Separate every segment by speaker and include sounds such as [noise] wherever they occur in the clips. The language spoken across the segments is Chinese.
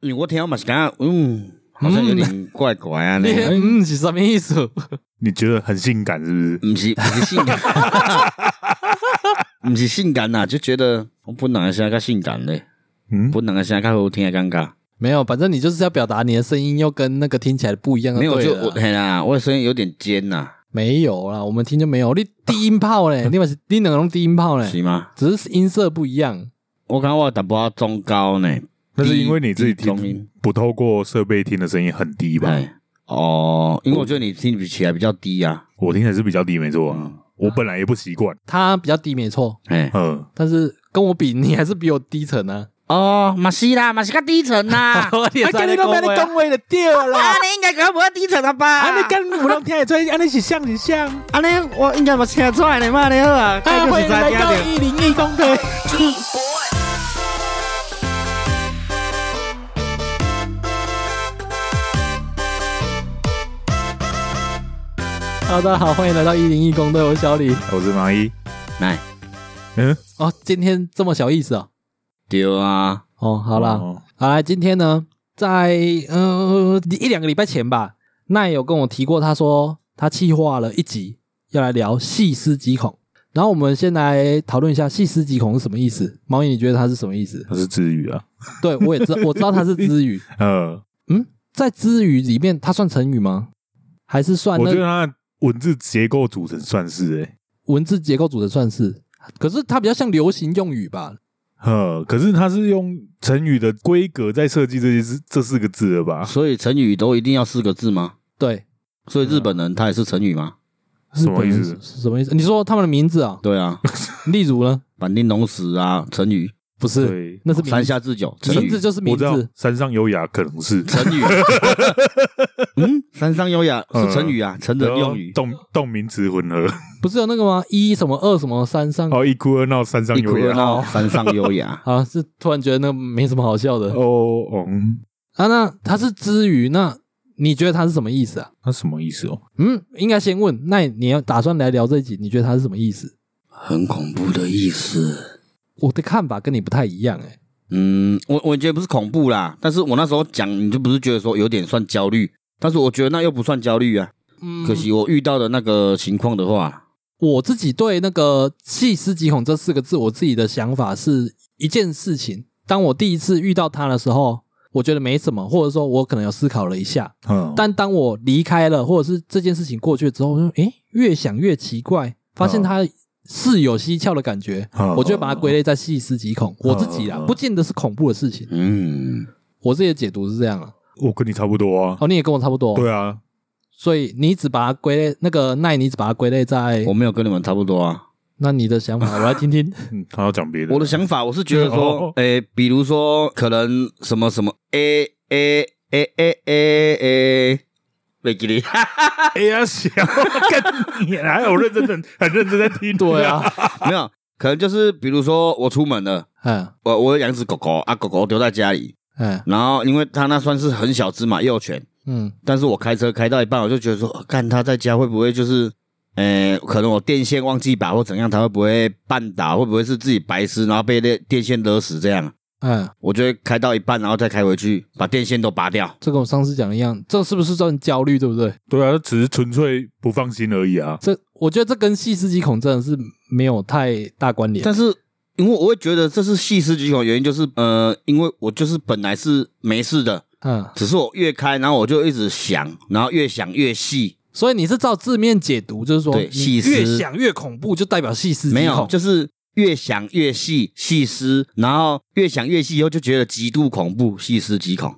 Speaker 1: 因为我听我嘛是感觉，嗯，好像有点怪怪啊，
Speaker 2: 你
Speaker 1: 那
Speaker 2: [laughs] 嗯是什么意思？
Speaker 3: 你觉得很性感是不
Speaker 1: 不是
Speaker 3: 是？
Speaker 1: 不是性感， [laughs] 不是性感呐、就觉得我本人的声较性感嘞，
Speaker 3: 嗯，
Speaker 1: 本人的声较好听的尴尬。
Speaker 2: 没有，反正你就是要表达你的声音又跟那个听起来不一样
Speaker 1: 没有
Speaker 2: 对啊
Speaker 1: 就
Speaker 2: 了
Speaker 1: 我嘿啦，我的声音有点尖啊呐、
Speaker 2: 没有啦，我们听就没有。你低音炮 [laughs] 嘞，你嘛是你两个拢低音炮嘞，
Speaker 1: 是吗？
Speaker 2: 只是音色不一样。
Speaker 1: 我感觉我有淡薄仔中高呢，
Speaker 3: 那是因为你自己
Speaker 1: 低中音
Speaker 3: 听不透过设备听的声音很低吧？
Speaker 1: 哎哦，因为我觉得你听起来比较低啊，
Speaker 3: 我听的是比较低，没错啊、
Speaker 1: 嗯
Speaker 3: 我本来也不习惯，
Speaker 2: 他比较低没错，
Speaker 1: 哎
Speaker 3: 嗯，
Speaker 2: 但是跟我比，你还是比我低沉啊。
Speaker 1: 哦，嘛是啦，嘛是较低沉啦
Speaker 2: [laughs] ，我也
Speaker 4: 啊，
Speaker 2: 是
Speaker 4: 今日
Speaker 2: 在
Speaker 4: 都
Speaker 2: 讲
Speaker 4: 俾你
Speaker 2: 话
Speaker 4: 讲话就对啦
Speaker 1: 啊，，
Speaker 2: [laughs]
Speaker 1: 你应该搞无低沉了吧？
Speaker 4: 啊，你跟有人听得出来，啊，你是像是像，
Speaker 1: 安尼啊我应该嘛听出来呢嘛，你好啊，
Speaker 4: 啊，欢迎来到
Speaker 1: 的。
Speaker 4: 一零一公队。
Speaker 2: Hello，大家好，欢迎来到一零一公队，我是小李。
Speaker 3: 我是麻衣，
Speaker 1: 来，
Speaker 3: 嗯，
Speaker 2: 哦，今天这么小意思哦。
Speaker 1: 对啊，
Speaker 2: 哦，好啦，
Speaker 3: 哦
Speaker 2: 好啦，今天呢，在呃一两个礼拜前吧，奈有跟我提过，他说他计划了一集要来聊细思极恐。然后我们先来讨论一下细思极恐是什么意思。毛衣，你觉得它是什么意思？
Speaker 3: 他是治愈啊，
Speaker 2: 对我也知道，
Speaker 3: [laughs]
Speaker 2: 我知道它是知语。
Speaker 1: 啊
Speaker 3: 呃，
Speaker 2: 在知语里面，它算成语吗？还是算
Speaker 3: 我
Speaker 2: 那
Speaker 3: 觉得他的文字结构组成算是哎、
Speaker 2: 文字结构组的算是？可是它比较像流行用语吧？
Speaker 3: 呃，可是他是用成语的规格在设计这些字这四个字的吧？
Speaker 1: 所以成语都一定要四个字吗？
Speaker 2: 对，
Speaker 1: 所以日本人他也是成语吗？
Speaker 3: 什么意思
Speaker 2: 日本人是？什么意思？你说他们的名字啊？
Speaker 1: 对啊，
Speaker 2: 例如呢？
Speaker 1: 板定龙死啊，成语，
Speaker 2: 不是，
Speaker 3: 对，
Speaker 2: 那是名
Speaker 1: 山
Speaker 2: 字，
Speaker 1: 下智久，成
Speaker 2: 名
Speaker 1: 语
Speaker 2: 字，就是
Speaker 3: 我
Speaker 2: 名
Speaker 3: 知道
Speaker 2: 字。
Speaker 3: 山上优雅可能是
Speaker 1: 成 [laughs] 语。嗯，山上优雅是成语啊，成人用语。
Speaker 3: 动动名词
Speaker 1: [laughs]
Speaker 3: 混合，
Speaker 2: 不是有那个吗？一什么二什么三上。
Speaker 3: 哦，一哭二闹山上
Speaker 1: 一哭
Speaker 3: 优
Speaker 1: 二
Speaker 3: 雅，
Speaker 1: 闹，山上优雅
Speaker 2: 啊？是突然觉得那没什么好笑的
Speaker 3: 哦哦，嗯
Speaker 2: 啊。那它是之语，那你觉得它是什么意思啊？
Speaker 3: 那什么意思哦？
Speaker 2: 嗯，应该先问。那你要打算来聊这一集，你觉得它是什么意思？
Speaker 1: [laughs] 很恐怖的意思。
Speaker 2: 我的看法跟你不太一样哎、
Speaker 1: 嗯，我我觉得不是恐怖啦，但是我那时候讲，你就不是觉得说有点算焦虑，但是我觉得那又不算焦虑啊。
Speaker 2: 嗯
Speaker 1: 可惜我遇到的那个情况的话，
Speaker 2: 我自己对那个“细思极恐”这四个字，我自己的想法是一件事情。当我第一次遇到它的时候，我觉得没什么，或者说我可能有思考了一下。
Speaker 3: 嗯，
Speaker 2: 但当我离开了，或者是这件事情过去之后，我就诶，越想越奇怪，发现它是有蹊跷的感觉。
Speaker 3: 嗯
Speaker 2: 我就会把它归类在细思极恐。我自己啦
Speaker 3: 嗯，
Speaker 2: 不见得是恐怖的事情，
Speaker 1: 嗯，
Speaker 2: 我自己的解读是这样啊。
Speaker 3: 我跟你差不多啊。
Speaker 2: 哦，你也跟我差不多，
Speaker 3: 对啊，
Speaker 2: 所以你只把它归类那个奈，你只把它归类在
Speaker 1: 我没有跟你们差不多啊。
Speaker 2: 那你的想法，我来听
Speaker 3: [laughs]
Speaker 2: 听。
Speaker 3: 嗯，他要讲别的。
Speaker 1: 我的想法，我是觉得说
Speaker 3: 哦，
Speaker 1: 诶、比如说可能什么什么，诶诶诶诶诶诶， [laughs] 没给你，
Speaker 3: [laughs] 哎呀，小，干你还有认
Speaker 2: [laughs]
Speaker 3: 真的，很认真在听。
Speaker 2: 对，啊，
Speaker 1: 没有，可能就是比如说我出门了，
Speaker 2: 嗯
Speaker 1: 我我有养只狗狗啊，狗狗留在家里，
Speaker 2: 嗯
Speaker 1: 然后因为它那算是很小只嘛，幼犬，
Speaker 2: 嗯
Speaker 1: 但是我开车开到一半，我就觉得说，呃干它在家会不会就是，诶、可能我电线忘记拔或怎样，它会不会绊倒，会不会是自己白痴，然后被那电线勒死这样？
Speaker 2: 嗯，
Speaker 1: 我就会开到一半，然后再开回去，把电线都拔掉。
Speaker 2: 这跟我上次讲的一样，这是不是算焦虑，对不对？
Speaker 3: 对啊，只是纯粹不放心而已啊。
Speaker 2: 这我觉得这跟细思极恐真的是没有太大关联。
Speaker 1: 但是因为我会觉得这是细思极恐，原因就是呃，因为我就是本来是没事的，
Speaker 2: 嗯，
Speaker 1: 只是我越开，然后我就一直想，然后越想越细，
Speaker 2: 所以你是照字面解读，就是说
Speaker 1: 对
Speaker 2: 你
Speaker 1: 细思
Speaker 2: 越想越恐怖，就代表细思极恐。
Speaker 1: 没有，就是越想越细，细思，然后越想越细以后就觉得极度恐怖，细思极恐。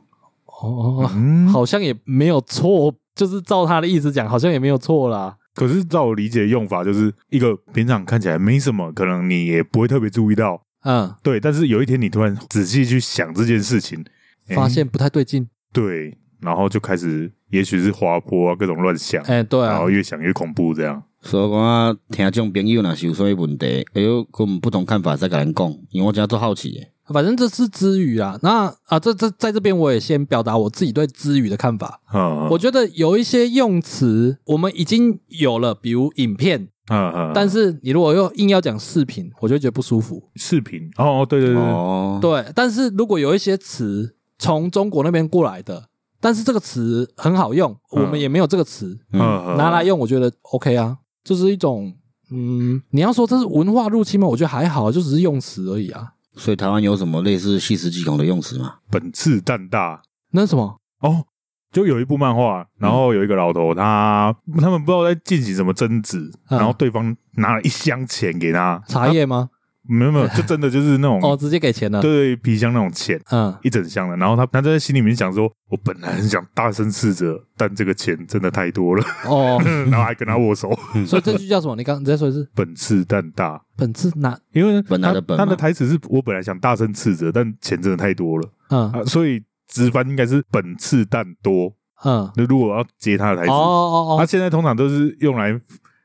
Speaker 2: 哦，
Speaker 3: 嗯，
Speaker 2: 好像也没有错，就是照他的意思讲，好像也没有错啦。
Speaker 3: 可是照我理解的用法，就是一个平常看起来没什么，可能你也不会特别注意到。
Speaker 2: 嗯，
Speaker 3: 对，但是有一天你突然仔细去想这件事情，哎
Speaker 2: 发现不太对劲。
Speaker 3: 对，然后就开始，也许是滑坡啊，各种乱想，
Speaker 2: 哎、对
Speaker 3: 然
Speaker 2: 啊
Speaker 3: 后，越想越恐怖，这样。
Speaker 1: 所以讲啊，听众朋友若是有啥物问题，会有跟我们不同看法再甲咱讲，因为我真的做好奇的。
Speaker 2: 反正这是知语啦。那啊，这这在这边我也先表达我自己对知语的看法。
Speaker 3: 嗯，
Speaker 2: 我觉得有一些用词我们已经有了，比如影片，
Speaker 3: 嗯嗯，
Speaker 2: 但是你如果又硬要讲视频，我就会觉得不舒服。嗯
Speaker 3: 视频哦，哦对对对，
Speaker 1: 哦，
Speaker 2: 对，但是如果有一些词，从中国那边过来的，但是这个词很好用，我
Speaker 3: 嗯
Speaker 2: 们也没有这个词，
Speaker 3: 嗯
Speaker 2: 拿来用，我觉得 OK 啊，这是一种。嗯，你要说这是文化入侵吗？我觉得还好，就只是用词而已啊。
Speaker 1: 所以台湾有什么类似细思极恐的用词吗？
Speaker 3: 本次蛋大
Speaker 2: 那是什么？
Speaker 3: 哦。就有一部漫
Speaker 2: 嗯
Speaker 3: 画，然后有一个老头，他他们不知道在进行什么争执，
Speaker 2: 嗯
Speaker 3: 然后对方拿了一箱钱给他，
Speaker 2: 茶叶吗？[laughs]
Speaker 3: 没有没有，就真的就是那
Speaker 2: 哦，
Speaker 3: 种
Speaker 2: 直接给钱了。
Speaker 3: 啊对皮箱那种钱，
Speaker 2: 嗯，
Speaker 3: 一整箱的。然后他他在心里面想说，我本来很想大声斥责，但这个钱真的太多
Speaker 2: [laughs]
Speaker 3: 了，
Speaker 2: 哦，
Speaker 3: 然后还跟他握手，
Speaker 2: 所以这句叫什么？你刚你再说一次。
Speaker 3: 本次蛋大。
Speaker 2: 本次拿
Speaker 3: 因为
Speaker 1: 本来
Speaker 3: 他
Speaker 1: 的本
Speaker 3: 他的
Speaker 1: 嘛
Speaker 3: 台词是我本来想大声斥责，但钱真的太多了
Speaker 2: 嗯
Speaker 3: 啊，所以直翻应该是本次蛋多。
Speaker 2: 嗯
Speaker 3: 那如果我要接他的台
Speaker 2: 哦
Speaker 3: 词，
Speaker 2: 哦
Speaker 3: 他
Speaker 2: 哦
Speaker 3: 现在通常都是用来，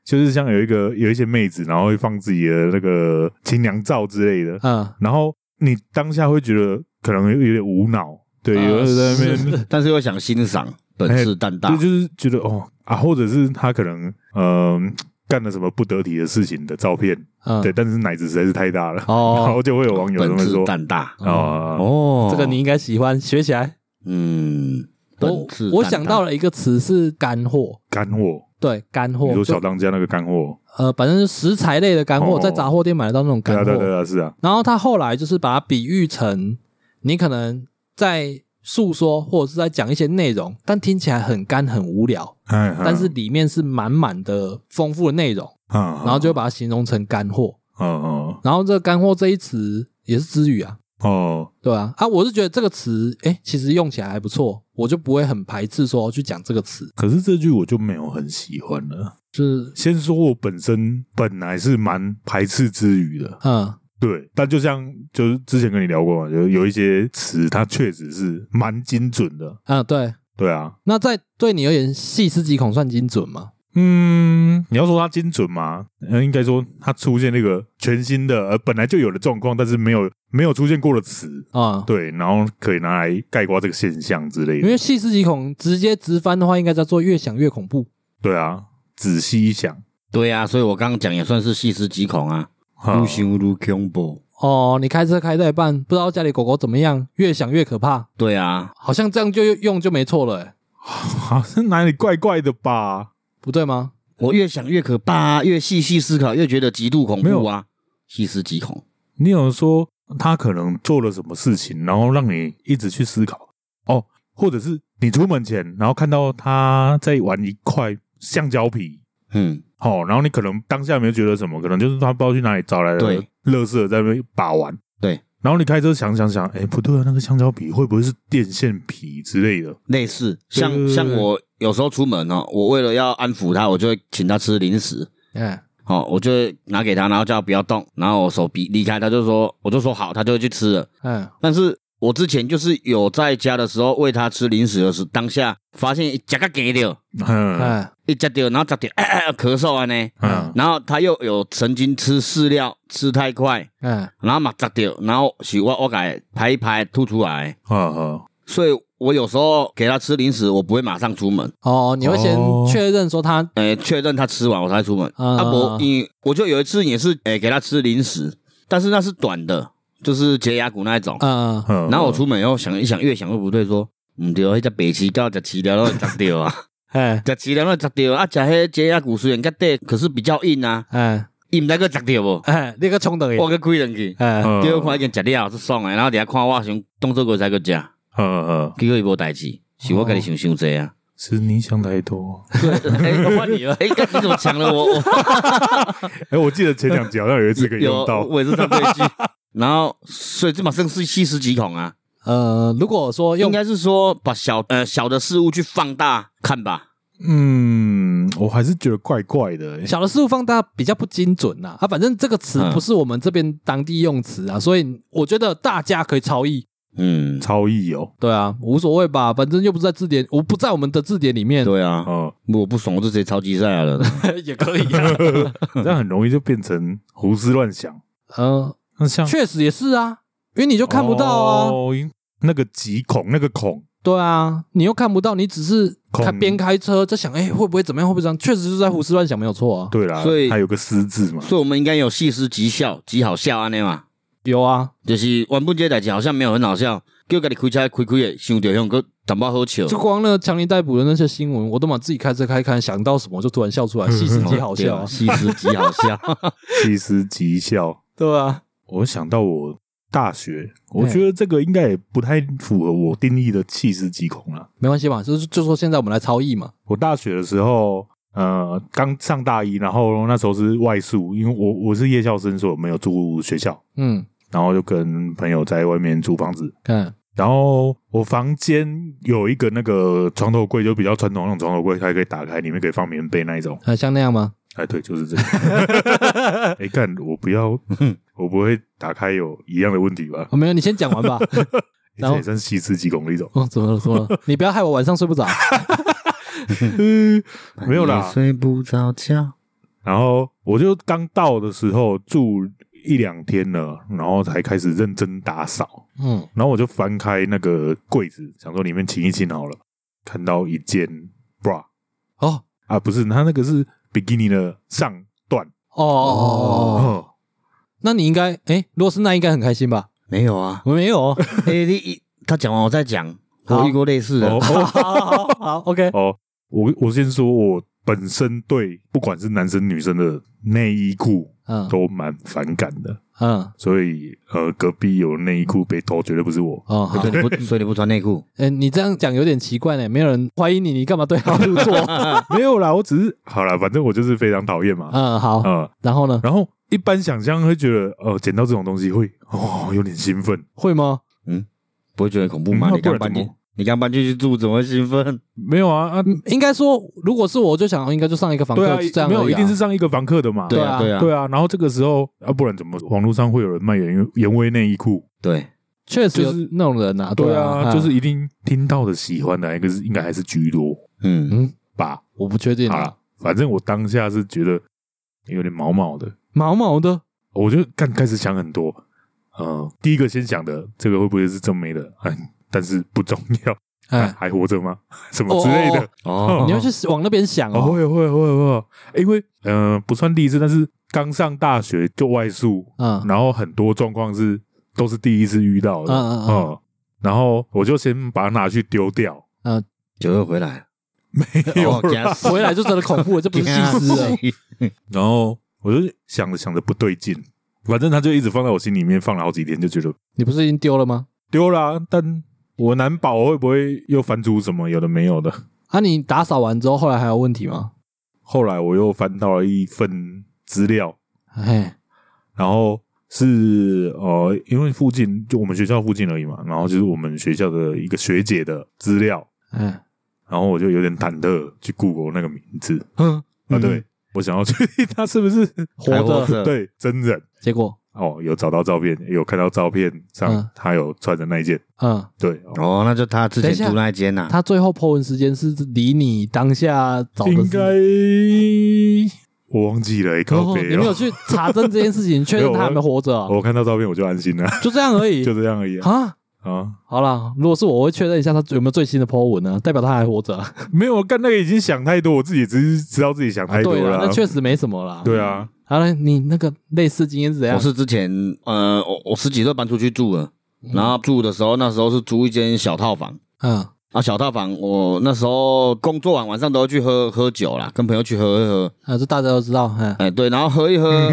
Speaker 3: 就是像有一个有一些妹子，然后会放自己的那个清凉照之类的，
Speaker 2: 嗯
Speaker 3: 然后你当下会觉得可能有有点无脑，对，
Speaker 2: 呃
Speaker 3: 有的在那边
Speaker 1: 但是又想欣赏，本事蛋大
Speaker 3: 对，，哎就是觉得哦啊，或者是他可能嗯、干了什么不得体的事情的照片，
Speaker 2: 嗯
Speaker 3: 对，但是奶子实在是太大了，然
Speaker 2: 哦，嗯
Speaker 3: 后就会有网友这
Speaker 1: 本
Speaker 3: 么
Speaker 1: 事
Speaker 3: 说
Speaker 1: 蛋大。
Speaker 3: 啊，
Speaker 1: 哦，
Speaker 2: 这个你应该喜欢，学起来。
Speaker 1: 嗯，
Speaker 2: 我
Speaker 1: 本事
Speaker 2: 我
Speaker 1: 蛋大
Speaker 2: 想到了一个词是干货，
Speaker 3: 干货，
Speaker 2: 对，干
Speaker 3: 你
Speaker 2: 货
Speaker 3: 说
Speaker 2: 哦
Speaker 3: 小
Speaker 2: 就
Speaker 3: 当家那个干货，
Speaker 2: 呃，反正是食材类的干货，
Speaker 3: 哦
Speaker 2: 在杂货店买得到那种
Speaker 3: 对
Speaker 2: 干
Speaker 3: 啊对啊
Speaker 2: 货。
Speaker 3: 对啊是啊，
Speaker 2: 然后他后来就是把它比喻成你可能在诉说或者是在讲一些内容，但听起来很干很无聊，
Speaker 3: 哎，
Speaker 2: 但是里面是满满的丰富的内容，
Speaker 3: 然
Speaker 2: 然后就把它形容成干货。
Speaker 3: 嗯嗯
Speaker 2: 然后这个干货这一词也是之语啊，
Speaker 3: 哦
Speaker 2: 对啊，啊，我是觉得这个词，哎、其实用起来还不错，我就不会很排斥说去讲这个词，
Speaker 3: 可是这句我就没有很喜欢了。
Speaker 2: 就是，
Speaker 3: 先说我本身本来是蛮排斥之语的，
Speaker 2: 嗯
Speaker 3: 对，但就像就是之前跟你聊过嘛，就是有一些词它确实是蛮精准的，
Speaker 2: 嗯，对。
Speaker 3: 对啊，
Speaker 2: 那在对你而言，细思极恐算精准吗？
Speaker 3: 嗯，你要说它精准吗？嗯，应该说它出现那个全新的，呃，本来就有的状况，但是没有没有出现过的词，
Speaker 2: 啊、
Speaker 3: 对，然后可以拿来概括这个现象之类
Speaker 2: 因
Speaker 3: 的。
Speaker 2: 为细思极恐直接直翻的话，应该叫做越想越恐怖。
Speaker 3: 对啊，仔细一想，
Speaker 1: 对啊，所以我刚刚讲也算是细思极恐啊，
Speaker 3: 哈
Speaker 1: 愈想愈恐怖。
Speaker 2: 哦，你开车开到一半，不知道家里狗狗怎么样，越想越可怕，
Speaker 1: 对啊，
Speaker 2: 好像这样就用就没错了、诶
Speaker 3: 好像哪里怪怪的吧？
Speaker 2: 不对吗？
Speaker 1: 我越想越可怕、啊，越细细思考，越觉得极度恐
Speaker 3: 没
Speaker 1: 怖
Speaker 3: 有
Speaker 1: 啊，细思极恐。
Speaker 3: 你有说他可能做了什么事情，然后让你一直去思考哦，或者是你出门前，然后看到他在玩一块橡胶皮，
Speaker 1: 嗯，
Speaker 3: 好、然后你可能当下没有觉得什么，可能就是他不知道去哪里找来的
Speaker 1: 对
Speaker 3: 垃圾在那边把玩。
Speaker 1: 对，
Speaker 3: 然后你开车想想想，哎，不对啊，那个橡胶皮会不会是电线皮之类的？
Speaker 1: 类似
Speaker 3: 对对
Speaker 1: 像
Speaker 3: 对
Speaker 1: 像
Speaker 3: 对
Speaker 1: 我有时候出门哦，我为了要安抚他，我就会请他吃零食。
Speaker 2: 哎、
Speaker 1: 哦，我就会拿给他，然后叫他不要动，然后我手比离开，他就说，我就说好，他就会去吃了。
Speaker 2: 嗯，
Speaker 1: 但是我之前就是有在家的时候喂他吃零食的时候，当下发现夹个给掉，
Speaker 3: 嗯
Speaker 2: 哎、
Speaker 1: 一夹掉，然后夹掉、咳 [coughs] 咳嗽啊呢，
Speaker 3: 嗯
Speaker 1: 然后他又有曾经吃饲料吃太快，
Speaker 2: 哎，
Speaker 1: 然后嘛夹掉，然后是我我改排一排吐出来，
Speaker 3: 啊啊，
Speaker 1: 所以我有时候给他吃零食，我不会马上出门，
Speaker 2: 哦，你会先
Speaker 3: 哦
Speaker 2: 确认说他，
Speaker 1: 诶、确认他吃完我才出门。
Speaker 2: 啊
Speaker 1: 啊不，你我就有一次也是诶、给他吃零食，但是那是短的，就是洁牙骨那一种。
Speaker 2: 嗯、
Speaker 3: 嗯
Speaker 1: 然后我出门以后想一想，越想越不对，说唔对，迄只白痴狗食饲料都食掉啊，
Speaker 2: 哎，
Speaker 1: 食饲料都食掉啊，食迄洁牙骨虽然较短，可是比较硬啊，
Speaker 2: 哎，
Speaker 1: 伊毋知个食掉无，
Speaker 2: 哎，那个冲等于，
Speaker 1: 我个归人去。
Speaker 2: 哎，
Speaker 3: 嗯
Speaker 1: 结果看已经食了，是爽诶。然后底下看我想当做个才个食，
Speaker 3: 嗯嗯，
Speaker 1: 结果伊无代志，是我家己想伤济啊。
Speaker 3: 是你想太多。
Speaker 1: 对，哎，换你了，哎，干你怎么抢了我？我
Speaker 3: 哎，我记得前两集好像有一次可以用到，
Speaker 1: 我也是唱这一句。然后，所以这马上是细思极恐啊，
Speaker 2: 呃，如果说
Speaker 1: 应
Speaker 2: 用
Speaker 1: 该是说把小呃小的事物去放大看吧。
Speaker 3: 嗯，我还是觉得怪怪的、欸。
Speaker 2: 小的事物放大比较不精准呐、啊，反正这个词
Speaker 1: 嗯
Speaker 2: 不是我们这边当地用词啊，所以我觉得大家可以超译，
Speaker 1: 嗯，
Speaker 3: 超意哦，
Speaker 2: 对啊，无所谓吧，反正又不是在字典，我不在我们的字典里面，
Speaker 1: 对啊，
Speaker 3: 哦、
Speaker 1: 我不爽，我就直接超级赛亚了。
Speaker 2: 也可以、啊，
Speaker 3: 这样很容易就变成胡思乱想。
Speaker 2: 嗯、
Speaker 3: 那像
Speaker 2: 确实也是啊，因为你就看不到啊，
Speaker 3: 哦那个极恐，那个恐，
Speaker 2: 对啊，你又看不到，你只是
Speaker 3: 恐
Speaker 2: 开边开车在想，哎、会不会怎么样，会不会这样，确实是在胡思乱想，没有错啊，
Speaker 3: 对啦，
Speaker 1: 所以
Speaker 3: 还有个失字嘛，
Speaker 1: 所以我们应该有细思极笑，极好笑安尼嘛。
Speaker 2: 有啊，
Speaker 1: 就是原本这代志好像没有很好笑，叫家己开车开开诶，想着向个淡薄好笑。
Speaker 2: 就光那个强尼逮捕的那些新闻，我都嘛自己开车开一开，想到什么就突然笑出来，
Speaker 1: [laughs]
Speaker 2: 细思极好笑啊，
Speaker 1: 细思极好笑。
Speaker 3: 细思极笑。
Speaker 2: 对啊吧？
Speaker 3: 我想到我大学，我觉得这个应该也不太符合我定义的细思极恐了。
Speaker 2: 没关系嘛，就是就说现在我们来超译嘛，
Speaker 3: 我大学的时候，呃，刚上大一，然后那时候是外宿，因为我我是夜校生，所以我没有住学校，
Speaker 2: 嗯，
Speaker 3: 然后就跟朋友在外面租房子。
Speaker 2: 看，
Speaker 3: 然后我房间有一个那个床头柜，就比较传统那种床头柜，它可以打开，里面可以放棉被那一种。
Speaker 2: 还啊像那样吗？
Speaker 3: 哎，对，就是
Speaker 2: [laughs]
Speaker 3: 这个。哎，干，我不要，我不会打开有一样的问题吧？
Speaker 2: 哦，没有，你先讲完吧。
Speaker 3: 诶
Speaker 2: 然后
Speaker 3: 这也算是细思极恐的一种。
Speaker 2: [laughs] 哦，怎么了？怎么了？你不要害我晚上睡不着。嗯
Speaker 3: [laughs] 没有啦
Speaker 1: 睡不着觉。
Speaker 3: 然后我就刚到的时候住一两天了，然后才开始认真打扫。
Speaker 2: 嗯，
Speaker 3: 然后我就翻开那个柜子，想说里面清一清好了，看到一件 bra
Speaker 2: 哦，
Speaker 3: 啊，不是，它那个是比基尼的上段
Speaker 2: 哦哦哦，
Speaker 3: 哦，
Speaker 2: 那你应该，哎，如果是那应该很开心吧？
Speaker 1: 没有啊，
Speaker 2: 我没有。哦
Speaker 1: 哎、你一他讲完我再讲，
Speaker 2: 好
Speaker 1: 我遇过类似的。
Speaker 2: [laughs]
Speaker 3: 哦
Speaker 2: 好 [laughs] 好好，OK，
Speaker 3: 哦，我我先说，我本身对不管是男生女生的内衣裤
Speaker 2: 嗯
Speaker 3: 都蛮反感的，
Speaker 2: 嗯
Speaker 3: 所以呃，隔壁有内衣裤被偷，绝对不是我。
Speaker 2: 哦，好
Speaker 1: 所，以你不，所以你不穿内裤。
Speaker 2: 哎，你这样讲有点奇怪呢，没有人怀疑你，你干嘛对号入 [laughs] 座？
Speaker 3: [laughs] 没有啦，我只是好啦，反正我就是非常讨厌嘛。
Speaker 2: 嗯，好，
Speaker 3: 呃，
Speaker 2: 然后呢？
Speaker 3: 然后一般想象会觉得，呃，捡到这种东西会哦有点兴奋，
Speaker 2: 会吗？
Speaker 1: 不会觉得恐怖吗？
Speaker 3: 嗯那
Speaker 1: 你刚
Speaker 3: 不然
Speaker 1: 搬
Speaker 3: 怎么
Speaker 1: 进，你刚搬进去住，怎么会兴奋？
Speaker 3: 没有啊啊，
Speaker 2: 嗯应该说，如果是我，就想应该就上一个房
Speaker 3: 对
Speaker 2: 客，
Speaker 3: 啊
Speaker 2: 就这，样
Speaker 3: 没
Speaker 2: 而
Speaker 3: 有，
Speaker 2: 已
Speaker 3: 一
Speaker 2: 啊
Speaker 3: 定是上一个房客的嘛。
Speaker 1: 对
Speaker 2: 对
Speaker 1: 啊，
Speaker 2: 啊
Speaker 1: 对啊，
Speaker 3: 对啊，然后这个时候啊，不然怎么网络上会有人卖原原味内衣裤？
Speaker 1: 对，
Speaker 2: 确实有
Speaker 3: 就是
Speaker 2: 那种人啊，
Speaker 3: 对
Speaker 2: 啊，
Speaker 3: 啊，就是
Speaker 2: 嗯
Speaker 3: 一定听到的喜欢的，一个是应该还是居多
Speaker 1: 嗯，
Speaker 3: 吧。
Speaker 2: 我不确定
Speaker 3: 好
Speaker 2: 啊
Speaker 3: 了，，反正我当下是觉得有点毛毛的，
Speaker 2: 毛毛的，
Speaker 3: 我就看开始想很多。呃，第一个先想的这个会不会是真没的？嗯，但是不重要，
Speaker 2: 哎，
Speaker 3: [laughs] 还活着吗？什么之类的。
Speaker 1: 哦，
Speaker 2: 你要去往那边想
Speaker 3: 哦，
Speaker 2: 哦，
Speaker 3: 会会会会，因为呃不算第一次，但是刚上大学就外宿，
Speaker 2: 嗯
Speaker 3: 然后很多状况是都是第一次遇到
Speaker 2: 嗯
Speaker 3: 的。
Speaker 2: 嗯嗯
Speaker 3: 嗯然后我就先把它拿去丢掉，
Speaker 1: 九又回来了，
Speaker 3: 没有
Speaker 1: 哦
Speaker 3: 啦
Speaker 1: 吓死
Speaker 2: 回来就真的恐怖
Speaker 1: [laughs]
Speaker 2: 了，这不是细
Speaker 1: 啊
Speaker 2: 思啊了，
Speaker 3: 然后我就想着想着不对劲，反正他就一直放在我心里面，放了好几天，就觉得
Speaker 2: 你不是已经丢了吗？
Speaker 3: 丢啦、但我难保会不会又翻出什么有的没有的。
Speaker 2: 啊，你打扫完之后，后来还有问题吗？
Speaker 3: 后来我又翻到了一份资料，
Speaker 2: 哎，
Speaker 3: 然后是呃，因为附近就我们学校附近而已嘛，然后就是我们学校的一个学姐的资料，
Speaker 2: 哎，
Speaker 3: 然后我就有点忐忑去 Google 那个名字
Speaker 2: [laughs] 嗯，
Speaker 3: 啊，对、我想要确定他
Speaker 2: [laughs]
Speaker 3: 是不是
Speaker 2: 活
Speaker 1: 还活
Speaker 2: 着，
Speaker 1: 着，
Speaker 3: 对真人
Speaker 2: 结果，
Speaker 3: 哦，有找到照片，有看到照片
Speaker 2: 嗯
Speaker 3: 上他有穿的那一件。
Speaker 2: 嗯，
Speaker 3: 对，哦
Speaker 1: 哦，那就他之前住那一间呐、
Speaker 2: 他最后 po 文时间是离你当下找的
Speaker 3: 应
Speaker 2: 时间
Speaker 3: 该我忘记了、欸，靠
Speaker 2: 哦，
Speaker 3: 北、
Speaker 2: 你没有去查证这件事情，确认他还没活着啊，
Speaker 3: 我看到照片我就安心了，
Speaker 2: 就这样而已
Speaker 3: 就这样而已啊。
Speaker 2: 啊。
Speaker 3: 啊
Speaker 2: 好啦，如果是我，我会确认一下他有没有最新的 po 文呢，代表他还活着啊。
Speaker 3: 没有，干那个已经想太多，我自己只是知道自己想太多
Speaker 2: 啊对
Speaker 3: 了、啊
Speaker 2: 啦，那确实没什么啦。
Speaker 3: 对，啊，
Speaker 2: 好了，你那个类似经验是怎样
Speaker 1: 我？是之前呃，我我十几岁搬出去住了，然后住的时候那时候是租一间小套房。
Speaker 2: 嗯
Speaker 1: 啊，小套房，我那时候工作完晚上都要去喝喝酒啦，跟朋友去喝一喝，
Speaker 2: 啊，这大家都知道，嗯，
Speaker 1: 哎、对，然后喝一
Speaker 2: [laughs]
Speaker 1: 喝，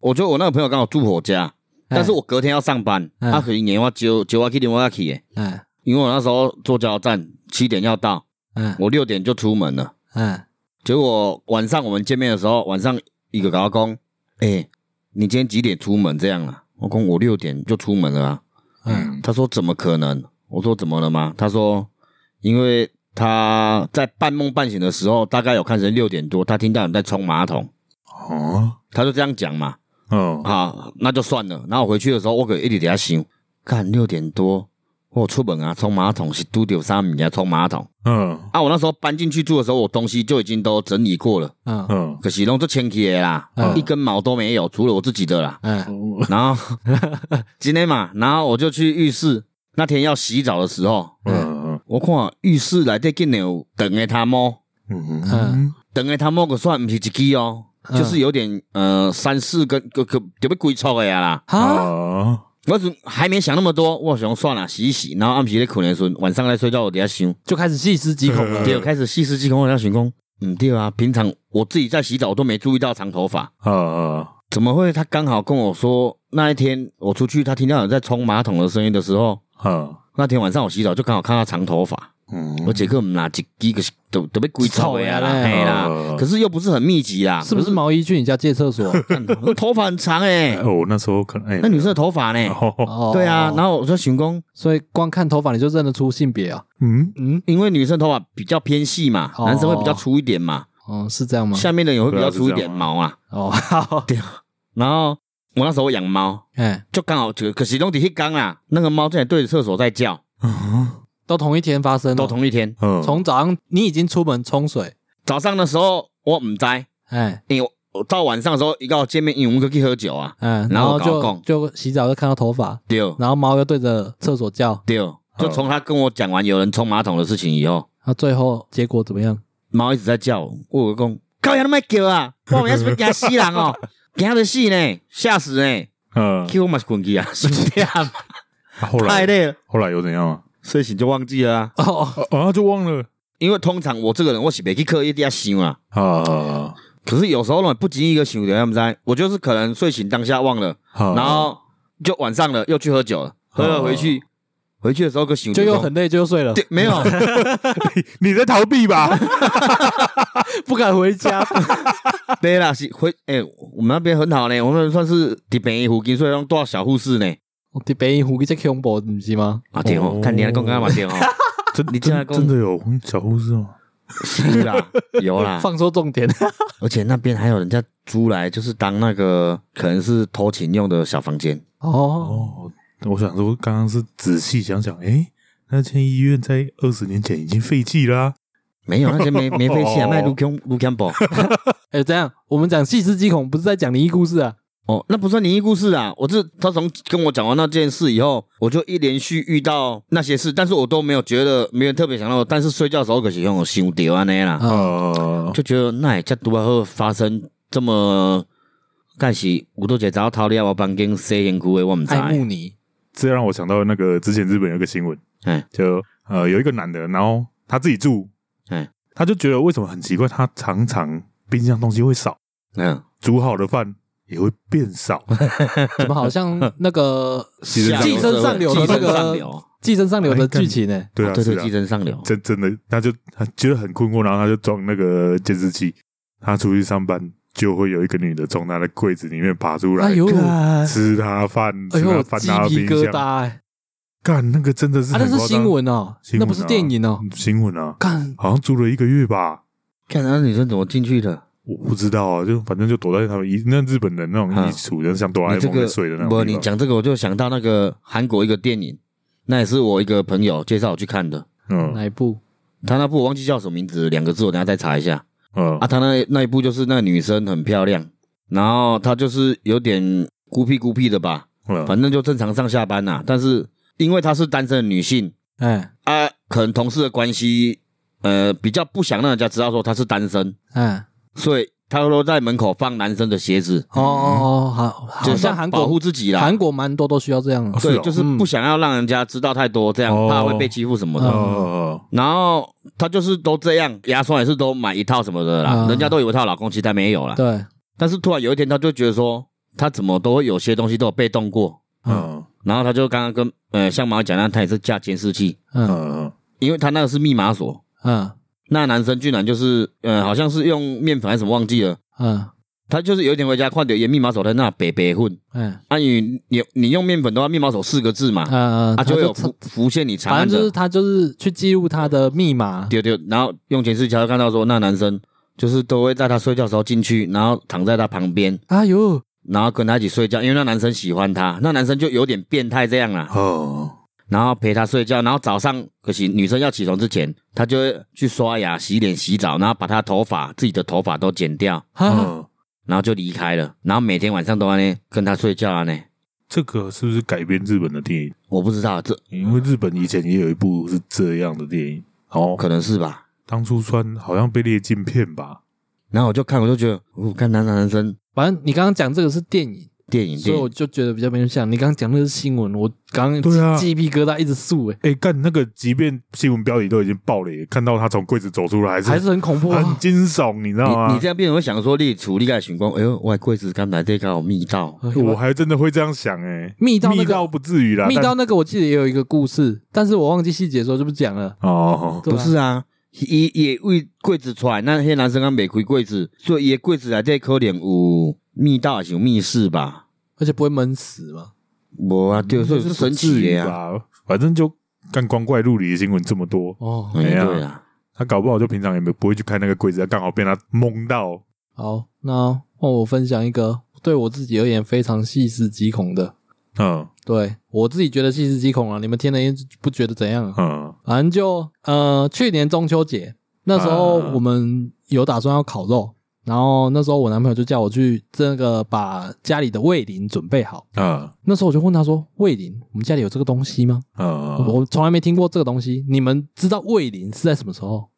Speaker 1: 我就我那个朋友刚好住我家，但是我隔天要上班，啊
Speaker 2: 哎
Speaker 1: 他可以年我九九啊去另外去的，
Speaker 2: 哎
Speaker 1: 因为我那时候坐加油站七点要到，
Speaker 2: 哎
Speaker 1: 我六点就出门了。
Speaker 2: 哎
Speaker 1: 结果晚上我们见面的时候，晚上一个跟我讲，哎、你今天几点出门？这样了、我讲我六点就出门了啊。
Speaker 2: 嗯
Speaker 1: 他说怎么可能？我说怎么了吗？他说因为他在半梦半醒的时候，大概有看成六点多，他听到你在冲马桶，
Speaker 3: 哦，
Speaker 1: 他就这样讲嘛。
Speaker 3: 嗯，
Speaker 1: 好，那就算了。然后我回去的时候，我可一直在想，看六点多我出门啊，冲马桶是拄着啥物啊件冲马桶
Speaker 3: 嗯
Speaker 1: 啊？我那时候搬进去住的时候，我东西就已经都整理过了，
Speaker 2: 嗯
Speaker 3: 嗯，
Speaker 1: 可是拢做清气的啦，
Speaker 2: 嗯
Speaker 1: 一根毛都没有，除了我自己的啦。
Speaker 2: 哎
Speaker 1: 然后 [laughs] 今天嘛，然后我就去浴室，那天要洗澡的时候，
Speaker 3: 嗯
Speaker 1: 我看浴室内底竟然有长的他猫，
Speaker 3: 嗯
Speaker 2: 嗯
Speaker 3: 嗯，
Speaker 1: 长的他猫个算不是一只哦，
Speaker 2: 嗯
Speaker 1: 就是有点呃三四根个个特别规错的啊啦。
Speaker 2: 哈
Speaker 3: 啊，
Speaker 1: 我是还没想那么多，我想算了，洗一洗，然后暗时在困的时候，晚上在睡觉我底下想，
Speaker 2: 就开始细思极恐了
Speaker 3: 嗯。
Speaker 1: 对，我开始细思极恐，我在想讲，嗯，对啊，平常我自己在洗澡我都没注意到长头发，
Speaker 3: 呃呃，
Speaker 1: 怎么会他刚好跟我说那一天我出去，他听到有在冲马桶的声音的时候，
Speaker 3: 呃，
Speaker 1: 那天晚上我洗澡就刚好看到长头发，
Speaker 3: 嗯，
Speaker 1: 我结果我们拿几几个都都被鬼臭呀啦，
Speaker 2: 臭的
Speaker 1: 嘿
Speaker 3: 哦
Speaker 1: 啦，可是又不是很密集啦，
Speaker 2: 是不是毛衣去你家借厕所？
Speaker 1: [laughs] 看头发很长哎、
Speaker 3: 哎我那时候可能哎
Speaker 2: 嗯
Speaker 1: 那，女生的头发呢？
Speaker 3: 哦，
Speaker 2: [laughs] 哦
Speaker 1: 对啊，然后我就想讲，
Speaker 2: 所以光看头发你就认得出性别啊？
Speaker 3: 嗯，
Speaker 2: 嗯，
Speaker 1: 因为女生头发比较偏细嘛，
Speaker 2: 哦
Speaker 1: 男生会比较粗一点嘛，
Speaker 2: 哦，是这样吗？
Speaker 1: 下面的也会比较粗一点
Speaker 3: 对啊
Speaker 1: 毛啊。
Speaker 2: 哦，好，
Speaker 1: 然后我那时候养猫，
Speaker 2: 哎，
Speaker 1: 就刚好就可是弄底一缸啦，那个猫正在对着厕所在叫，
Speaker 2: 都同一天发生哦，
Speaker 1: 都同一天
Speaker 3: 嗯，
Speaker 2: 从早上你已经出门冲水，
Speaker 1: 早上的时候我唔在，
Speaker 2: 哎
Speaker 1: 因为我到晚上的时候一到见面，因为我们去喝酒啊，
Speaker 2: 嗯，
Speaker 1: 然
Speaker 2: 然
Speaker 1: 后
Speaker 2: 后
Speaker 1: 搞
Speaker 2: 就
Speaker 1: 共
Speaker 2: 就洗澡就看到头发，
Speaker 1: 对
Speaker 2: 然后猫又对着厕所叫，
Speaker 1: 对，就从他跟我讲完有人冲马桶的事情以后，
Speaker 2: 那啊最后结果怎么样？
Speaker 1: 猫一直在叫我，我讲高阳都卖叫啊，我们要是不是惊死人哦，惊得死呢，吓死呢，
Speaker 3: 嗯，
Speaker 1: 叫我嘛是困去啊，哎是这样，
Speaker 3: 啊后
Speaker 1: 太
Speaker 3: 来
Speaker 1: 累了，
Speaker 3: 后来又怎样啊？
Speaker 1: 睡醒就忘记了、啊，
Speaker 2: 哦，
Speaker 3: 啊啊，就忘了
Speaker 1: 因为通常我这个人我是没去刻意地想啊，
Speaker 3: 啊，
Speaker 1: 可是有时候呢不经意一个想的，不知，我就是可能睡醒当下忘了，然
Speaker 2: 嗯
Speaker 3: [laughs] 然
Speaker 1: 后就晚上了又去喝酒了，喝了回去，回去的时候个想
Speaker 2: 嗯就又
Speaker 1: 说
Speaker 2: 很累，就又睡了，
Speaker 1: 对没有。 [laughs]
Speaker 3: 你在逃避吧？
Speaker 2: 不敢回 [laughs] 家。
Speaker 1: 对啦，是回哎、我们那边很好呢，我们算是伫便宜附近，所以用多少小护士呢？
Speaker 2: 我伫哦北影湖这恐怖，你知吗？
Speaker 1: 啊对哦，
Speaker 3: 哦
Speaker 1: 看你来讲干嘛对
Speaker 2: [laughs]
Speaker 1: 哦，
Speaker 3: [laughs] 真
Speaker 1: 你这样
Speaker 3: 真
Speaker 1: 跟
Speaker 3: 真的有小护士吗？
Speaker 1: 是啦，有啦，
Speaker 2: 放说重点，
Speaker 1: 而且那边还有人家租来，就是当那个可能是偷情用的小房间，
Speaker 2: 哦，
Speaker 3: 哦，我想说，刚刚是仔细想想，诶，那间医院在二十年前已经废弃啦、
Speaker 1: 没有那些没没飞
Speaker 2: [laughs]
Speaker 1: 起来
Speaker 3: 哦
Speaker 1: 卖卢康卢康宝
Speaker 2: 哎，这样我们讲细思极恐，不是在讲灵异故事啊？
Speaker 1: 哦，那不算灵异故事啊。我是他从跟我讲完那件事以后，我就一连续遇到那些事，但是我都没有觉得没人特别想到，但是睡觉的时候可是用想到安尼啦。
Speaker 2: 啊，
Speaker 3: 呃，
Speaker 1: 就觉得那也才拄啊好发生这么，但是有多一个查某偷了我房间洗身躯的，我毋知道。
Speaker 2: 爱慕你，
Speaker 3: 这让我想到那个之前日本有个新闻，
Speaker 1: 嗯
Speaker 3: 就呃有一个男的，然后他自己住，
Speaker 1: 嗯
Speaker 3: 他就觉得为什么很奇怪，他常常冰箱东西会少，
Speaker 1: 嗯，
Speaker 3: 煮好的饭也会变少，
Speaker 2: 怎么好像那 [laughs] 个
Speaker 3: 寄生上流
Speaker 2: 寄生上流的那
Speaker 1: 寄生上
Speaker 2: 个
Speaker 1: 流
Speaker 2: 《寄生上流》的剧情呢？
Speaker 3: 对啊，
Speaker 1: 对
Speaker 3: 是
Speaker 1: 对，
Speaker 3: 啊
Speaker 1: 哦寄，生上流。
Speaker 3: 真真的，他就他觉得很困惑，然后他就装那个监视器，他出去上班就会有一个女的从他的柜子里面爬出来，
Speaker 2: 哎呦，
Speaker 3: 吃他饭，
Speaker 2: 哎
Speaker 3: 吃
Speaker 2: 呦，
Speaker 3: 他饭，
Speaker 2: 鸡
Speaker 3: 啊拿他
Speaker 2: 皮
Speaker 3: 冰
Speaker 2: 疙
Speaker 3: 箱，
Speaker 2: 瘩哎！
Speaker 3: 干那个真的是
Speaker 2: 啊，那
Speaker 3: 很
Speaker 2: 是
Speaker 3: 夸张
Speaker 2: 新闻哦，
Speaker 3: 新闻啊
Speaker 2: 那不是电影哦。
Speaker 3: 新闻啊，
Speaker 2: 看，
Speaker 3: 好像住了一个月吧，
Speaker 1: 看那女生怎么进去的？
Speaker 3: 我不知道啊，就反正就躲在他们衣那日本人那种衣橱，就像哆啦
Speaker 1: 你
Speaker 3: A
Speaker 1: 这
Speaker 3: 梦在
Speaker 1: 个
Speaker 3: 睡的那
Speaker 1: 不，
Speaker 3: 种地
Speaker 1: 你
Speaker 3: 方。
Speaker 1: 讲这个我就想到那个韩国一个电影，那也是我一个朋友介绍我去看的。
Speaker 3: 嗯
Speaker 2: 哪一部？
Speaker 1: 他那部我忘记叫什么名字，两个字我等一下再查一下
Speaker 3: 嗯
Speaker 1: 啊。他那那一部就是那个女生很漂亮，然后她就是有点孤僻孤僻的吧，
Speaker 3: 嗯
Speaker 1: 反正就正常上下班呐、但是因为她是单身的女性
Speaker 2: 哎
Speaker 1: 啊，可能同事的关系，呃，比较不想让人家知道说她是单身，
Speaker 2: 哎，
Speaker 1: 所以她都在门口放男生的鞋子，
Speaker 2: 哦哦哦，好，好
Speaker 1: 就是
Speaker 2: 像
Speaker 1: 要
Speaker 2: 韩
Speaker 1: 保护
Speaker 2: 国
Speaker 1: 自己啦。
Speaker 2: 韩国嗯蛮多都需要这样的
Speaker 3: 哦。是
Speaker 1: 对，就是不想要让人家知道太多，这样
Speaker 3: 哦
Speaker 1: 怕会被欺负什么的。
Speaker 3: 哦
Speaker 1: 然后她就是都这样，牙刷也是都买一套什么的啦，
Speaker 2: 嗯
Speaker 1: 人家都以为她有老公，其实她没有啦。
Speaker 2: 对，
Speaker 1: 但是突然有一天，她就觉得说，她怎么都会有些东西都有被动过。
Speaker 3: 嗯
Speaker 1: 然后她就刚刚跟呃，像毛讲那，她也是架监视器，
Speaker 2: 嗯
Speaker 3: 嗯
Speaker 1: 因为他那个是密码锁，
Speaker 2: 嗯
Speaker 1: 那男生居然就是，呃，好像是用面粉还是什么忘记了，
Speaker 2: 嗯
Speaker 1: 他就是有一天回家看到也密码锁在那北北混，
Speaker 2: 嗯
Speaker 1: 啊你你你用面粉的话，密码锁四个字嘛，
Speaker 2: 嗯，
Speaker 1: 啊
Speaker 2: 他
Speaker 1: 就会有
Speaker 2: 查
Speaker 1: 浮浮现你查
Speaker 2: 反
Speaker 1: 案
Speaker 2: 正就是
Speaker 1: 的，
Speaker 2: 他就是去记录他的密码。
Speaker 1: 对对，然后用监视器就看到说那男生就是都会在他睡觉的时候进去，然后躺在他旁边，
Speaker 2: 哎呦，
Speaker 1: 然后跟他一起睡觉，因为那男生喜欢他，那男生就有点变态这样啦、
Speaker 3: 嗯
Speaker 1: 然后陪她睡觉，然后早上可惜女生要起床之前，他就会去刷牙、洗脸、洗澡，然后把她头发自己的头发都剪掉，
Speaker 2: 哈，
Speaker 3: 嗯，
Speaker 1: 然后就离开了。然后每天晚上都安呢跟她睡觉啊呢，
Speaker 3: 这个是不是改编日本的电影？
Speaker 1: 我不知道这
Speaker 3: 因为日本以前也有一部是这样的电影，然后
Speaker 1: 可能是吧。
Speaker 3: 当初算好像被列进片吧。
Speaker 1: 哦然后我就看，我就觉得，我、看男男生
Speaker 2: 反正你刚刚讲这个是电影，
Speaker 1: 电影
Speaker 2: 所
Speaker 1: 电
Speaker 2: 以我
Speaker 1: 影，
Speaker 2: 就觉得比较没人想。你刚刚讲那是新闻，我刚刚
Speaker 3: 对啊
Speaker 2: 鸡鸡皮疙瘩一直竖，哎，
Speaker 3: 哎，干那个，即便新闻标题都已经爆了，也看到他从柜子走出来，还是
Speaker 2: 还是很恐怖
Speaker 3: 很
Speaker 2: 啊。
Speaker 3: 惊悚，你知道
Speaker 1: 你
Speaker 3: 吗
Speaker 1: 你？这样变成会想说，你处理个情况，哎呦，外柜子刚来这个有密道，
Speaker 2: 哎
Speaker 3: 我还真的会这样想，哎，
Speaker 2: 密道那
Speaker 3: 密
Speaker 2: 个
Speaker 3: 道不至于啦，
Speaker 2: 密
Speaker 3: 但
Speaker 2: 道那个我记得也有一个故事，但是我忘记细节的时候就不讲了。
Speaker 3: 哦，
Speaker 2: 对
Speaker 1: 不
Speaker 2: 吧
Speaker 1: 是啊，伊伊也为柜子出来，那些男生刚没开柜子，所以伊的柜子内底可能有密道还是有密室吧？
Speaker 2: 而且不会闷死嘛。
Speaker 1: 无啊，对，所以
Speaker 3: 嗯
Speaker 1: 是
Speaker 3: 这不
Speaker 1: 神
Speaker 3: 至
Speaker 1: 奇
Speaker 3: 于
Speaker 1: 的啊，
Speaker 3: 吧，反正就干光怪陆离的新闻这么多，
Speaker 2: 哦，
Speaker 1: 哎
Speaker 3: 哎呀
Speaker 1: 对啊，
Speaker 3: 他搞不好就平常也没不会去看那个柜子，刚好被他蒙到。
Speaker 2: 好，那换我分享一个对我自己而言非常细思极恐的。
Speaker 3: 嗯
Speaker 2: 对我自己觉得细思极恐啊，你们听了也不觉得怎样、啊？
Speaker 3: 嗯
Speaker 2: 反正就呃，去年中秋节那时候
Speaker 3: 啊
Speaker 2: 我们有打算要烤肉，然后那时候我男朋友就叫我去这个把家里的味淋准备好。
Speaker 3: 嗯
Speaker 2: 那时候我就问他说：“味淋，我们家里有这个东西吗？
Speaker 3: 嗯，
Speaker 2: 我从来没听过这个东西。你们知道味淋是在什么时候？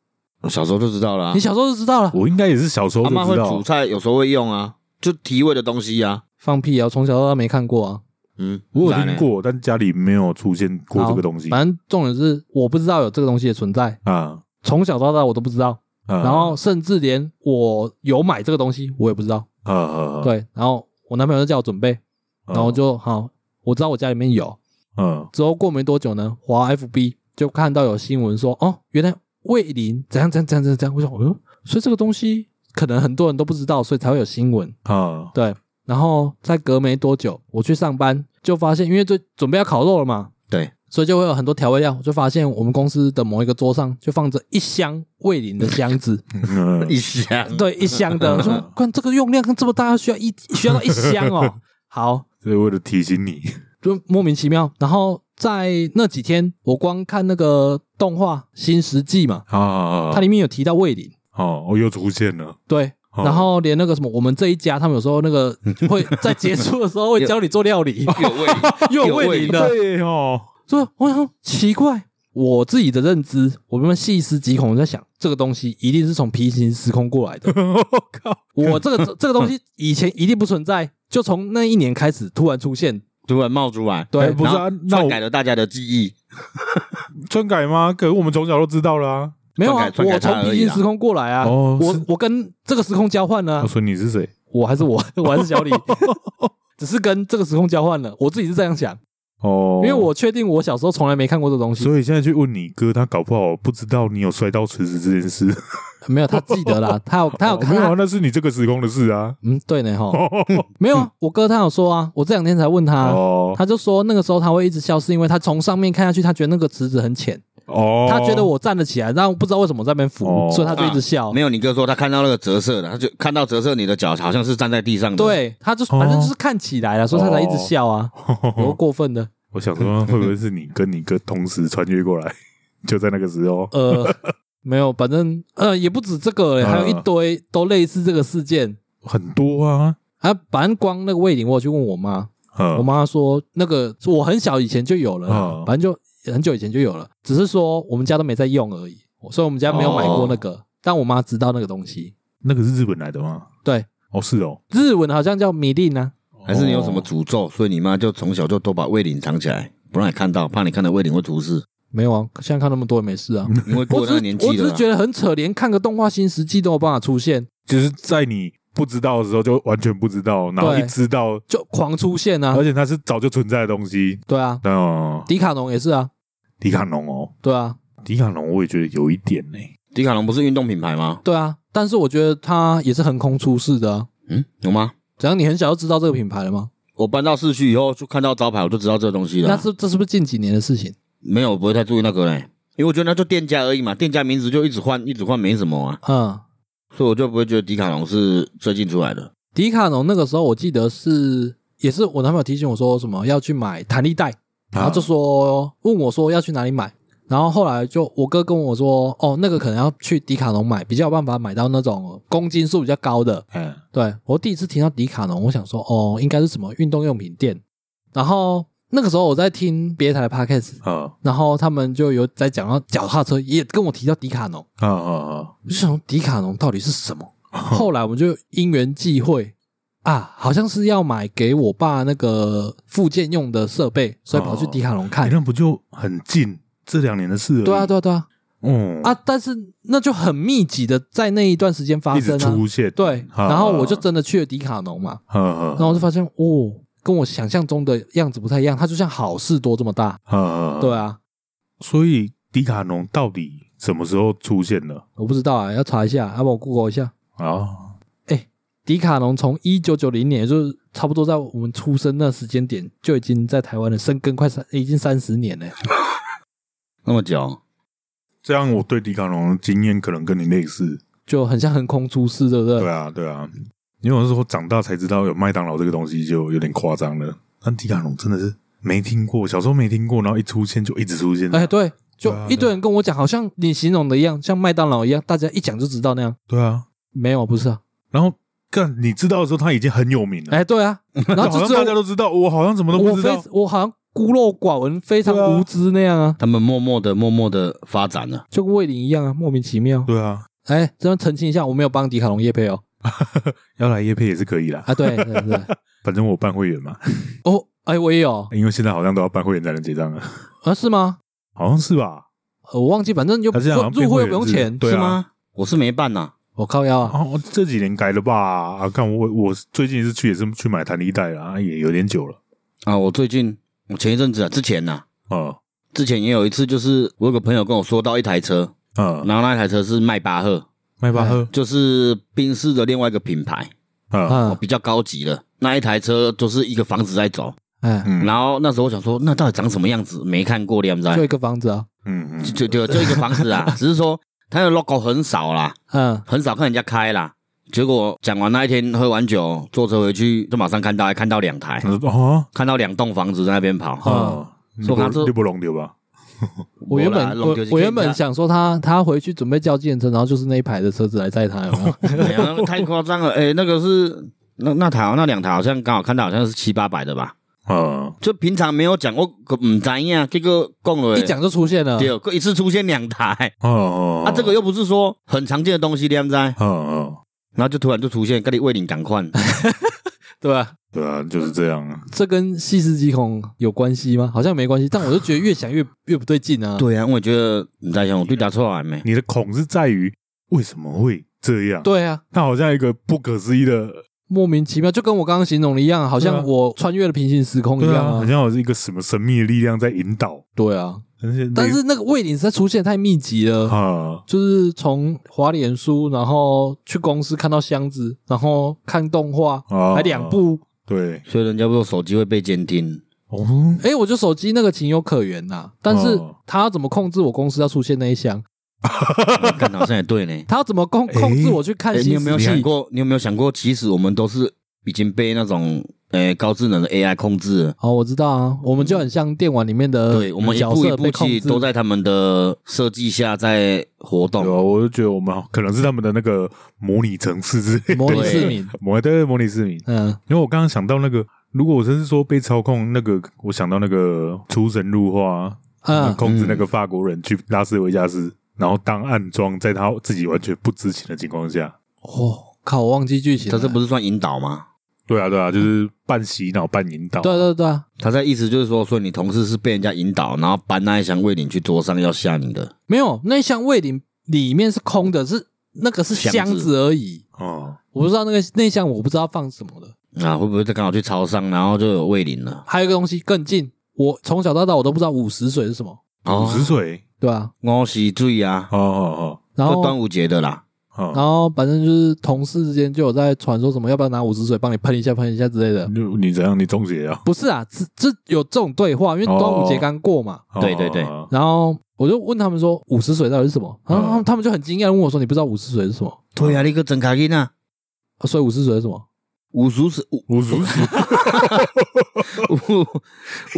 Speaker 1: 我小时候就知道了啊
Speaker 2: 你，小时候就知道了。
Speaker 3: 我应该也是小时候
Speaker 1: 阿
Speaker 3: 就
Speaker 1: 妈会
Speaker 3: 知
Speaker 1: 煮
Speaker 3: 道，
Speaker 1: 菜，有时候会用啊，就提味的东西啊，
Speaker 2: 放屁啊！我从小到大没看过啊。
Speaker 1: 嗯，
Speaker 3: 我有
Speaker 1: 然呢 [laughs]
Speaker 3: 听，
Speaker 2: 欸
Speaker 3: 过，但家里没有出现过这个东西
Speaker 2: 反正重点是我不知道有这个东西的存在，
Speaker 3: 啊。
Speaker 2: 从小到大我都不知道。
Speaker 3: 然
Speaker 2: 然后甚至连我有买这个东西，我也不知道。
Speaker 3: 呃，
Speaker 2: 对，然后我男朋友就叫我准备，
Speaker 3: 嗯，
Speaker 2: 然后就好，我知道我家里面有。
Speaker 3: 嗯
Speaker 2: 之后过没多久呢，华 FB 就看到有新闻说，哦，原来魏林怎样怎样怎样怎样怎样。我想，嗯，所以这个东西可能很多人都不知道，所以才会有新闻。 [laughs]
Speaker 3: 啊
Speaker 2: 对，然后再隔没多久，我去上班就发现，因为就准备要烤肉了嘛，
Speaker 1: 对，
Speaker 2: 所以就会有很多调味料。我就发现我们公司的某一个桌上就放着一箱味淋的箱子，
Speaker 3: 嗯
Speaker 1: 一下，
Speaker 2: 对，一箱的。我说，看这个用量这么大，需要一需要到一箱哦。好，
Speaker 3: 所以为了提醒你，
Speaker 2: 就莫名其妙。然后在那几天，我光看那个动画《新石纪》嘛，
Speaker 1: 哦
Speaker 3: 啊，
Speaker 2: 它里面有提到味淋，
Speaker 3: 哦，我又出现了，
Speaker 2: 对。
Speaker 3: 哦
Speaker 2: 然后连那个什么，我们这一家，他们有时候那个 [laughs] 会在结束的时候会教你做料理，
Speaker 1: 又有味，
Speaker 2: 又
Speaker 1: 哦
Speaker 2: 有
Speaker 1: 有
Speaker 2: 味
Speaker 1: 味
Speaker 2: 淋
Speaker 1: 淋
Speaker 2: 的，
Speaker 3: 对哦，
Speaker 2: 所以我想说奇怪，我自己的认知，我慢慢细思极恐，我在想这个东西一定是从平行时空过来
Speaker 1: [laughs]
Speaker 2: 的。
Speaker 3: 我靠，
Speaker 2: 我这个这个东西以前一定不存在，就从那一年开始突然出现。
Speaker 1: 突然冒出
Speaker 3: [laughs]
Speaker 1: 来，
Speaker 2: 对
Speaker 1: 然后
Speaker 3: 不是啊那我
Speaker 1: 篡改了大家的记忆，
Speaker 3: 篡改吗？可是我们从小都知道啦。
Speaker 2: 没有啊
Speaker 1: 篡，改篡改
Speaker 2: 我从
Speaker 1: 它而已啦
Speaker 2: 平行时空过来啊，
Speaker 3: 哦
Speaker 2: 我
Speaker 3: 是
Speaker 2: 我跟这个时空交换了啊、
Speaker 3: 我哦说你是谁？
Speaker 2: 我还是我， [laughs] 我还是
Speaker 3: [laughs]
Speaker 2: 小李，只是跟这个时空交换了。我自己是这样想，
Speaker 3: 哦，
Speaker 2: 因为我确定我小时候从来没看过这东西，
Speaker 3: 所以现在去问你哥，他搞不好不知道你有摔到锤子这件事。
Speaker 2: 没有他记得啦，他有他有
Speaker 3: 哦没有啊？
Speaker 2: 看，
Speaker 3: 那是你这个时空的事啊。
Speaker 2: 嗯，对呢
Speaker 3: [laughs]
Speaker 2: 哈，
Speaker 3: 哦
Speaker 2: 没有啊，我哥他有说啊，我这两天才问他，
Speaker 3: 哦
Speaker 2: 他就说那个时候他会一直笑，是因为他从上面看下去，他觉得那个池子很浅，
Speaker 3: 哦，
Speaker 2: 他觉得
Speaker 3: [laughs]
Speaker 2: 我站了起来，然后不知道为什么在那边浮，
Speaker 3: 哦
Speaker 2: 所以他就一直笑。
Speaker 1: 没有，你哥说他看到那个折射的，他就看到折射你的脚好像是站在地上的，，
Speaker 2: 对，他就
Speaker 3: 哦
Speaker 2: 反正就是看起来了，所以他才一直笑啊，多过分的。
Speaker 3: 我想说，会不会是你跟你哥同时穿越过来， [laughs] 就在那个时候？
Speaker 2: 呃， [laughs] 没有，反正呃也不止这个、欸，
Speaker 3: 嗯
Speaker 2: 还有一堆都类似这个事件
Speaker 3: 很多啊，
Speaker 2: 啊。反正光那个魏玲，我有去问我妈，
Speaker 3: 嗯
Speaker 2: 我妈说那个我很小以前就有了啦，
Speaker 3: 嗯
Speaker 2: 反正就很久以前就有了，只是说我们家都没在用而已，所以我们家没有买过那
Speaker 1: 哦
Speaker 2: 个，但我妈知道那个东西。
Speaker 3: 那个是日本来的吗？
Speaker 2: 对，
Speaker 3: 哦，是哦，
Speaker 2: 日文好像叫米令啊，
Speaker 1: 还是你有什么诅咒，所以你妈就从小就都把味淋藏起来，不让你看到，怕你看到味淋会出事，
Speaker 2: 没有啊，现在看那么多也没事啊。
Speaker 1: 因为 [laughs] 过
Speaker 2: 我
Speaker 1: 了那
Speaker 2: 只
Speaker 1: 个
Speaker 2: 是
Speaker 1: 年
Speaker 2: 我
Speaker 1: 纪
Speaker 2: 只
Speaker 1: 了
Speaker 2: 是
Speaker 1: 啊，
Speaker 2: 觉得很扯，连看个动画《新石纪》都有办法出现，
Speaker 3: 就是在你不知道的时候就完全不知道，然后
Speaker 2: 对
Speaker 3: 一知道，
Speaker 2: 就狂出现啊
Speaker 3: 而。且它是早就存在的东西。
Speaker 2: 对啊，
Speaker 3: 那
Speaker 2: 迪卡侬也是啊，
Speaker 3: 迪卡侬哦，
Speaker 2: 对啊，
Speaker 3: 迪卡侬我也觉得有一点呢、
Speaker 1: 迪卡侬不是运动品牌吗？
Speaker 2: 对啊。但是我觉得它也是横空出世的、啊。
Speaker 1: 嗯，有吗？
Speaker 2: 只要你很小就知道这个品牌了吗？
Speaker 1: 我搬到市区以后，就看到招牌，我就知道这东西了
Speaker 2: 那
Speaker 1: 啊。
Speaker 2: 是这是不是近几年的事情
Speaker 1: 没有，我不会太注意那个嘞，因为我觉得那就店家而已嘛，店家名字就一直换，一直换没什么啊，
Speaker 2: 嗯，
Speaker 1: 所以我就不会觉得迪卡侬是最近出来的。
Speaker 2: 迪卡侬那个时候我记得是也是我男朋友提醒我说什么要去买弹力带，然
Speaker 3: 啊
Speaker 2: 后就说问我说要去哪里买，然后后来就我哥跟我说哦那个可能要去迪卡侬买，比较有办法买到那种公斤数比较高的。
Speaker 3: 嗯
Speaker 2: 对我第一次听到迪卡侬，我想说哦应该是什么运动用品店，然后那个时候我在听别台的 podcast，
Speaker 3: 啊
Speaker 2: 然后他们就有在讲到脚踏车，也跟我提到迪卡侬。
Speaker 3: 啊啊啊！
Speaker 2: 我就想说迪卡侬到底是什么？后来我们就因缘际会，啊，好像是要买给我爸那个复健用的设备，所以跑去迪卡侬看。
Speaker 3: 哎那不就很近这两年的事了？
Speaker 2: 对啊，，对啊，对啊，
Speaker 3: 嗯
Speaker 2: 啊！，但是那就很密集的在那一段时间发
Speaker 3: 一直
Speaker 2: 生啊。
Speaker 3: 出现，
Speaker 2: 对，
Speaker 3: 啊
Speaker 2: 然后我就真的去了迪卡侬嘛，
Speaker 3: 嗯，
Speaker 2: 然
Speaker 3: 嗯
Speaker 2: 后我就发现哦，跟我想象中的样子不太一样，它就像好事多这么大。
Speaker 3: 嗯，嗯
Speaker 2: 对，啊，
Speaker 3: 所以迪卡侬到底什么时候出现的
Speaker 2: 我不知道啊，要查一下，要、不我 Google 一下。
Speaker 3: 啊？
Speaker 2: 迪卡侬从一九九零年，也就是差不多在我们出生那时间点，就已经在台湾的生根快三，已经三十年了。
Speaker 1: 那么久，
Speaker 3: 这样我对迪卡侬的经验可能跟你类似。
Speaker 2: 就很像横空出世，对不对？
Speaker 3: 对啊，对啊，因为我是说长大才知道有麦当劳这个东西，就有点夸张了。但迪卡侬真的是没听过，小时候没听过，然后一出现就一直出现。
Speaker 2: 哎，对，就
Speaker 3: 对啊
Speaker 2: 一堆人跟我讲，好像你形容的一样，像麦当劳一样，大家一讲就知道那样。
Speaker 3: 对啊，
Speaker 2: 没有，不是啊，
Speaker 3: 然后干你知道的时候，他已经很有名了。
Speaker 2: 哎，对
Speaker 3: [laughs]
Speaker 2: 啊，然后
Speaker 3: 嗯
Speaker 2: 就
Speaker 3: 好像
Speaker 2: 只
Speaker 3: 大家
Speaker 2: 有
Speaker 3: 都知道，我好像什么都
Speaker 2: 我
Speaker 3: 不知道
Speaker 2: 非。我好像孤陋寡闻，非常
Speaker 3: 对啊
Speaker 2: 无知那样啊，
Speaker 1: 他们默默的、默默的发展了。
Speaker 2: 就跟魏玲一样啊，莫名其妙。
Speaker 3: 对啊，
Speaker 2: 哎，这边澄清一下，我没有帮迪卡侬叶配哦。
Speaker 3: 要来夜配也是可以啦，
Speaker 2: 啊，对对
Speaker 3: [laughs]
Speaker 2: 对，
Speaker 3: 反正我办会员嘛，
Speaker 2: 哦，哎，我也有
Speaker 3: 因为现在好像都要办会员才能结账啊，
Speaker 2: 啊，是吗？
Speaker 3: 好像是吧？
Speaker 2: 呃我忘记，反正就
Speaker 3: 他这样好像
Speaker 2: 入
Speaker 3: 变
Speaker 2: 会又
Speaker 3: 会
Speaker 2: 不用
Speaker 3: 员制
Speaker 2: 钱，
Speaker 3: 对啊
Speaker 2: 是吗？
Speaker 1: 我是没办呐、
Speaker 2: 我靠腰啊，
Speaker 3: 哦，这几年改了吧？啊，看我我最近一次去也是去买弹力带啦，也有点久了。
Speaker 1: 啊，我最近我前一阵子啊，之前呐、
Speaker 3: 嗯
Speaker 1: 之前也有一次，就是我有个朋友跟我说到一台车，
Speaker 3: 嗯，
Speaker 1: 然后那台车是迈巴赫，
Speaker 3: 迈巴赫，
Speaker 1: 就是宾士的另外一个品牌，
Speaker 3: 嗯
Speaker 1: 哦，
Speaker 2: 嗯，
Speaker 1: 比较高级的。那一台车就是一个房子在走，
Speaker 2: 哎，
Speaker 3: 嗯
Speaker 1: 然后那时候我想说，那到底长什么样子？没看过，你知道
Speaker 2: 就
Speaker 1: 吗
Speaker 2: 一？个房子啊，
Speaker 3: 嗯嗯，
Speaker 1: 就就就一个房子
Speaker 2: [laughs]
Speaker 1: 啊，只是说它的 logo 很少啦，
Speaker 2: 嗯，
Speaker 1: 很少看人家开啦。结果讲完那一天，喝完酒，坐车回去就马上看到，还看到两台，
Speaker 2: 嗯
Speaker 3: 他说啊，
Speaker 1: 看到两栋房子在那边跑。
Speaker 2: 啊
Speaker 3: 哦，
Speaker 1: 所以我刚刚
Speaker 3: 六波龙对吧？
Speaker 2: 我原
Speaker 1: 没啦
Speaker 2: 本我
Speaker 1: 弄就是
Speaker 2: 我原
Speaker 1: 看
Speaker 2: 本
Speaker 1: 一下
Speaker 2: 想说他他回去准备叫计程车，然后就是那一排的车子来载他，有没有？
Speaker 1: 没有那太夸张了。哎、那个是那那台好那两台好像刚好看到好像是七八百的吧，
Speaker 3: 嗯，
Speaker 1: 就平常没有讲，我可唔知呀、这个讲了
Speaker 2: 一讲就出现了。
Speaker 1: 对，一次出现两台，
Speaker 3: 哦
Speaker 1: 啊，这个又不是说很常见的东西，你知不知？然
Speaker 3: 嗯嗯，
Speaker 1: 后就突然就出现，跟你喂你赶
Speaker 2: [laughs]
Speaker 1: 快，
Speaker 2: 对吧？
Speaker 3: 对啊，就是这样。
Speaker 2: 这跟细思极恐有关系吗？好像没关系，但我就觉得越想越越不对劲啊。
Speaker 1: 对啊，我也觉得你在想我对答错还没，
Speaker 3: 你的恐是在于为什么会这样？，
Speaker 2: 对啊，
Speaker 3: 那好像一个不可思议的，
Speaker 2: 莫名其妙，就跟我刚刚形容的一样，好
Speaker 3: 对
Speaker 2: 像
Speaker 3: 啊
Speaker 2: 我穿越了平行时空一
Speaker 3: 对
Speaker 2: 样
Speaker 3: 啊，好
Speaker 2: 啊。
Speaker 3: 像有一个什么神秘的力量在引导，
Speaker 2: 对啊，
Speaker 3: 但是
Speaker 2: 但是那个魏领实在出现得太密集了，
Speaker 3: 啊，
Speaker 2: 就是从华脸书，然后去公司看到箱子，然后看动画，
Speaker 3: 哦
Speaker 2: 还两部。
Speaker 3: 对，
Speaker 1: 所以人家不说手机会被监听，
Speaker 3: 哦，
Speaker 2: 哎、我觉得手机那个情有可原呐、但是
Speaker 3: 哦
Speaker 2: 他要怎么控制我公司要出现那一箱？
Speaker 1: 嗯看好像也
Speaker 2: [laughs]
Speaker 1: 对呢。
Speaker 2: 他要怎么控
Speaker 3: 诶
Speaker 2: 控制我去看
Speaker 1: 哎，
Speaker 2: 新、
Speaker 1: 你有没有想？过？你有没有想过？其实我们都是已经被那种呃高智能的 AI 控制了。
Speaker 2: 哦，我知道啊，我们就很像电玩里面的
Speaker 1: 对，我们一
Speaker 2: 呃角
Speaker 1: 步一
Speaker 2: 色
Speaker 1: 步
Speaker 2: 被控
Speaker 1: 去
Speaker 2: 制，
Speaker 1: 都在他们的设计下在活
Speaker 3: 对
Speaker 1: 动。
Speaker 3: 啊，我就觉得我们可能是他们的那个模拟城市之类的，
Speaker 2: [laughs] 模拟
Speaker 1: 对
Speaker 2: 市民。
Speaker 3: 模对模拟市民。
Speaker 2: 嗯，
Speaker 3: 因为我刚刚想到那个，如果我真是说被操控那个，我想到那个出神入化，
Speaker 2: 嗯
Speaker 3: 控制那个法国人去拉斯维加斯，然后当暗装，在他自己完全不知情的情况下，
Speaker 2: 哦，靠，我忘记剧情
Speaker 1: 他
Speaker 2: 了。
Speaker 1: 这不
Speaker 2: 是？
Speaker 1: 是算引导吗？
Speaker 3: 对啊，对啊，就是半洗脑半引导，
Speaker 2: 嗯对对对啊，
Speaker 1: 他在意思就是说，所以你同事是被人家引导，然后搬那一箱胃领去桌上要吓你的。
Speaker 2: 没有那箱胃里里面是空的，是那个是
Speaker 1: 箱子
Speaker 2: 箱子而已。
Speaker 3: 哦，
Speaker 2: 我不知道那个那箱我不知道放什么的。
Speaker 1: 啊，会不会刚好去超商，然后就有胃领了？
Speaker 2: 还有一个东西更近，我从小到大我都不知道五十水是什么，
Speaker 1: 哦
Speaker 3: 五十岁，
Speaker 2: 对吧、
Speaker 1: 我是醉啊
Speaker 3: 哦，哦
Speaker 2: 然
Speaker 1: 这端
Speaker 2: 后
Speaker 1: 午节的啦，
Speaker 3: 哦
Speaker 2: 然
Speaker 3: 哦，
Speaker 2: 后反正就是同事之间就有在传说什么要不要拿五十水帮你喷一下喷一下之类的。
Speaker 3: 你你怎样？你中邪啊？
Speaker 2: 不是啊，这这有这种对话，因为
Speaker 3: 哦
Speaker 2: 端午节刚过嘛。
Speaker 3: 哦
Speaker 1: 对对对
Speaker 3: 哦
Speaker 2: 然后我就问他们说五十水到底是什么，然后他们他们就很惊讶地问我说你不知道五十水是什么，
Speaker 1: 对啊，你个真卡金啊，
Speaker 2: 啊所以五十水是什么？
Speaker 1: 五十水五
Speaker 3: 五十
Speaker 2: [laughs]
Speaker 3: 岁，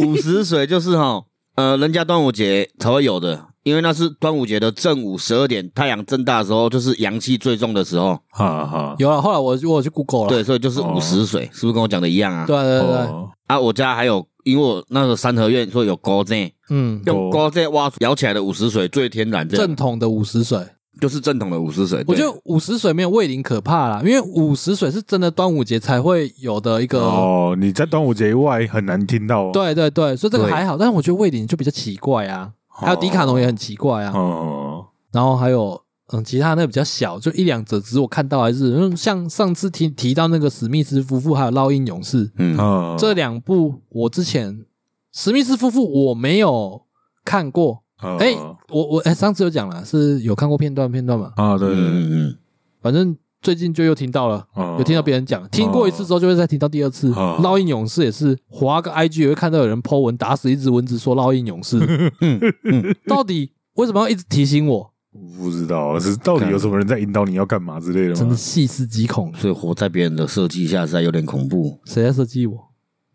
Speaker 1: 五五十水就是哈，呃，人家端午节才会有的，因为那是端午节的正午十二点，太阳正大的时候，就是阳气最重的时候，
Speaker 3: 哈哈，
Speaker 2: 有了，后来我我有去 Google 了，
Speaker 1: 对，所以就是
Speaker 3: 哦
Speaker 1: 五十水，是不是跟我讲的一样啊？
Speaker 2: 对啊对啊对啊，
Speaker 3: 哦
Speaker 1: 啊，我家还有，因为我那个三合院，所以有高正，
Speaker 2: 嗯，
Speaker 1: 用高正挖摇起来的五十水最天然这样
Speaker 2: 正统的五十水，
Speaker 1: 就是正统的午时水。
Speaker 2: 我
Speaker 1: 对
Speaker 2: 觉得午时水没有味淋可怕啦，因为午时水是真的端午节才会有的一个，
Speaker 3: 哦，你在端午节以外很难听到。，
Speaker 2: 呃
Speaker 3: 啊
Speaker 2: 对对对，所以这个
Speaker 1: 对
Speaker 2: 还好。但是我觉得味淋就比较奇怪啊，还有迪卡侬也很奇怪啊，
Speaker 3: 哦，
Speaker 2: 然后还有嗯其他那个比较小，就一两则，只是我看到还是嗯像上次提提到那个史密斯夫妇还有烙印勇士
Speaker 1: 嗯，
Speaker 3: 嗯，
Speaker 2: 这两部，我之前史密斯夫妇我没有看过，
Speaker 3: 嗯
Speaker 2: 哎、我我哎、上次有讲了，是有看过片段片段嘛，
Speaker 3: 啊，对哦对对，
Speaker 1: 嗯嗯
Speaker 2: 反正最近就又听到了。
Speaker 3: 有
Speaker 2: 有听到别人讲，听过一次之后就会再听到第二次。
Speaker 3: 哦
Speaker 2: 烙印勇士也是划个 IG 也会看到有人 po 文打死一只蚊子说烙印勇士，
Speaker 1: 嗯嗯嗯，
Speaker 2: 到底为什么要一直提醒我？
Speaker 3: 不知道 [laughs] 是到底有什么人在引导你要干嘛之类的
Speaker 2: 真
Speaker 3: 吗
Speaker 2: 的？细思极恐，
Speaker 1: 所以活在别人的设计下实在有点恐怖。
Speaker 2: 谁在设计我？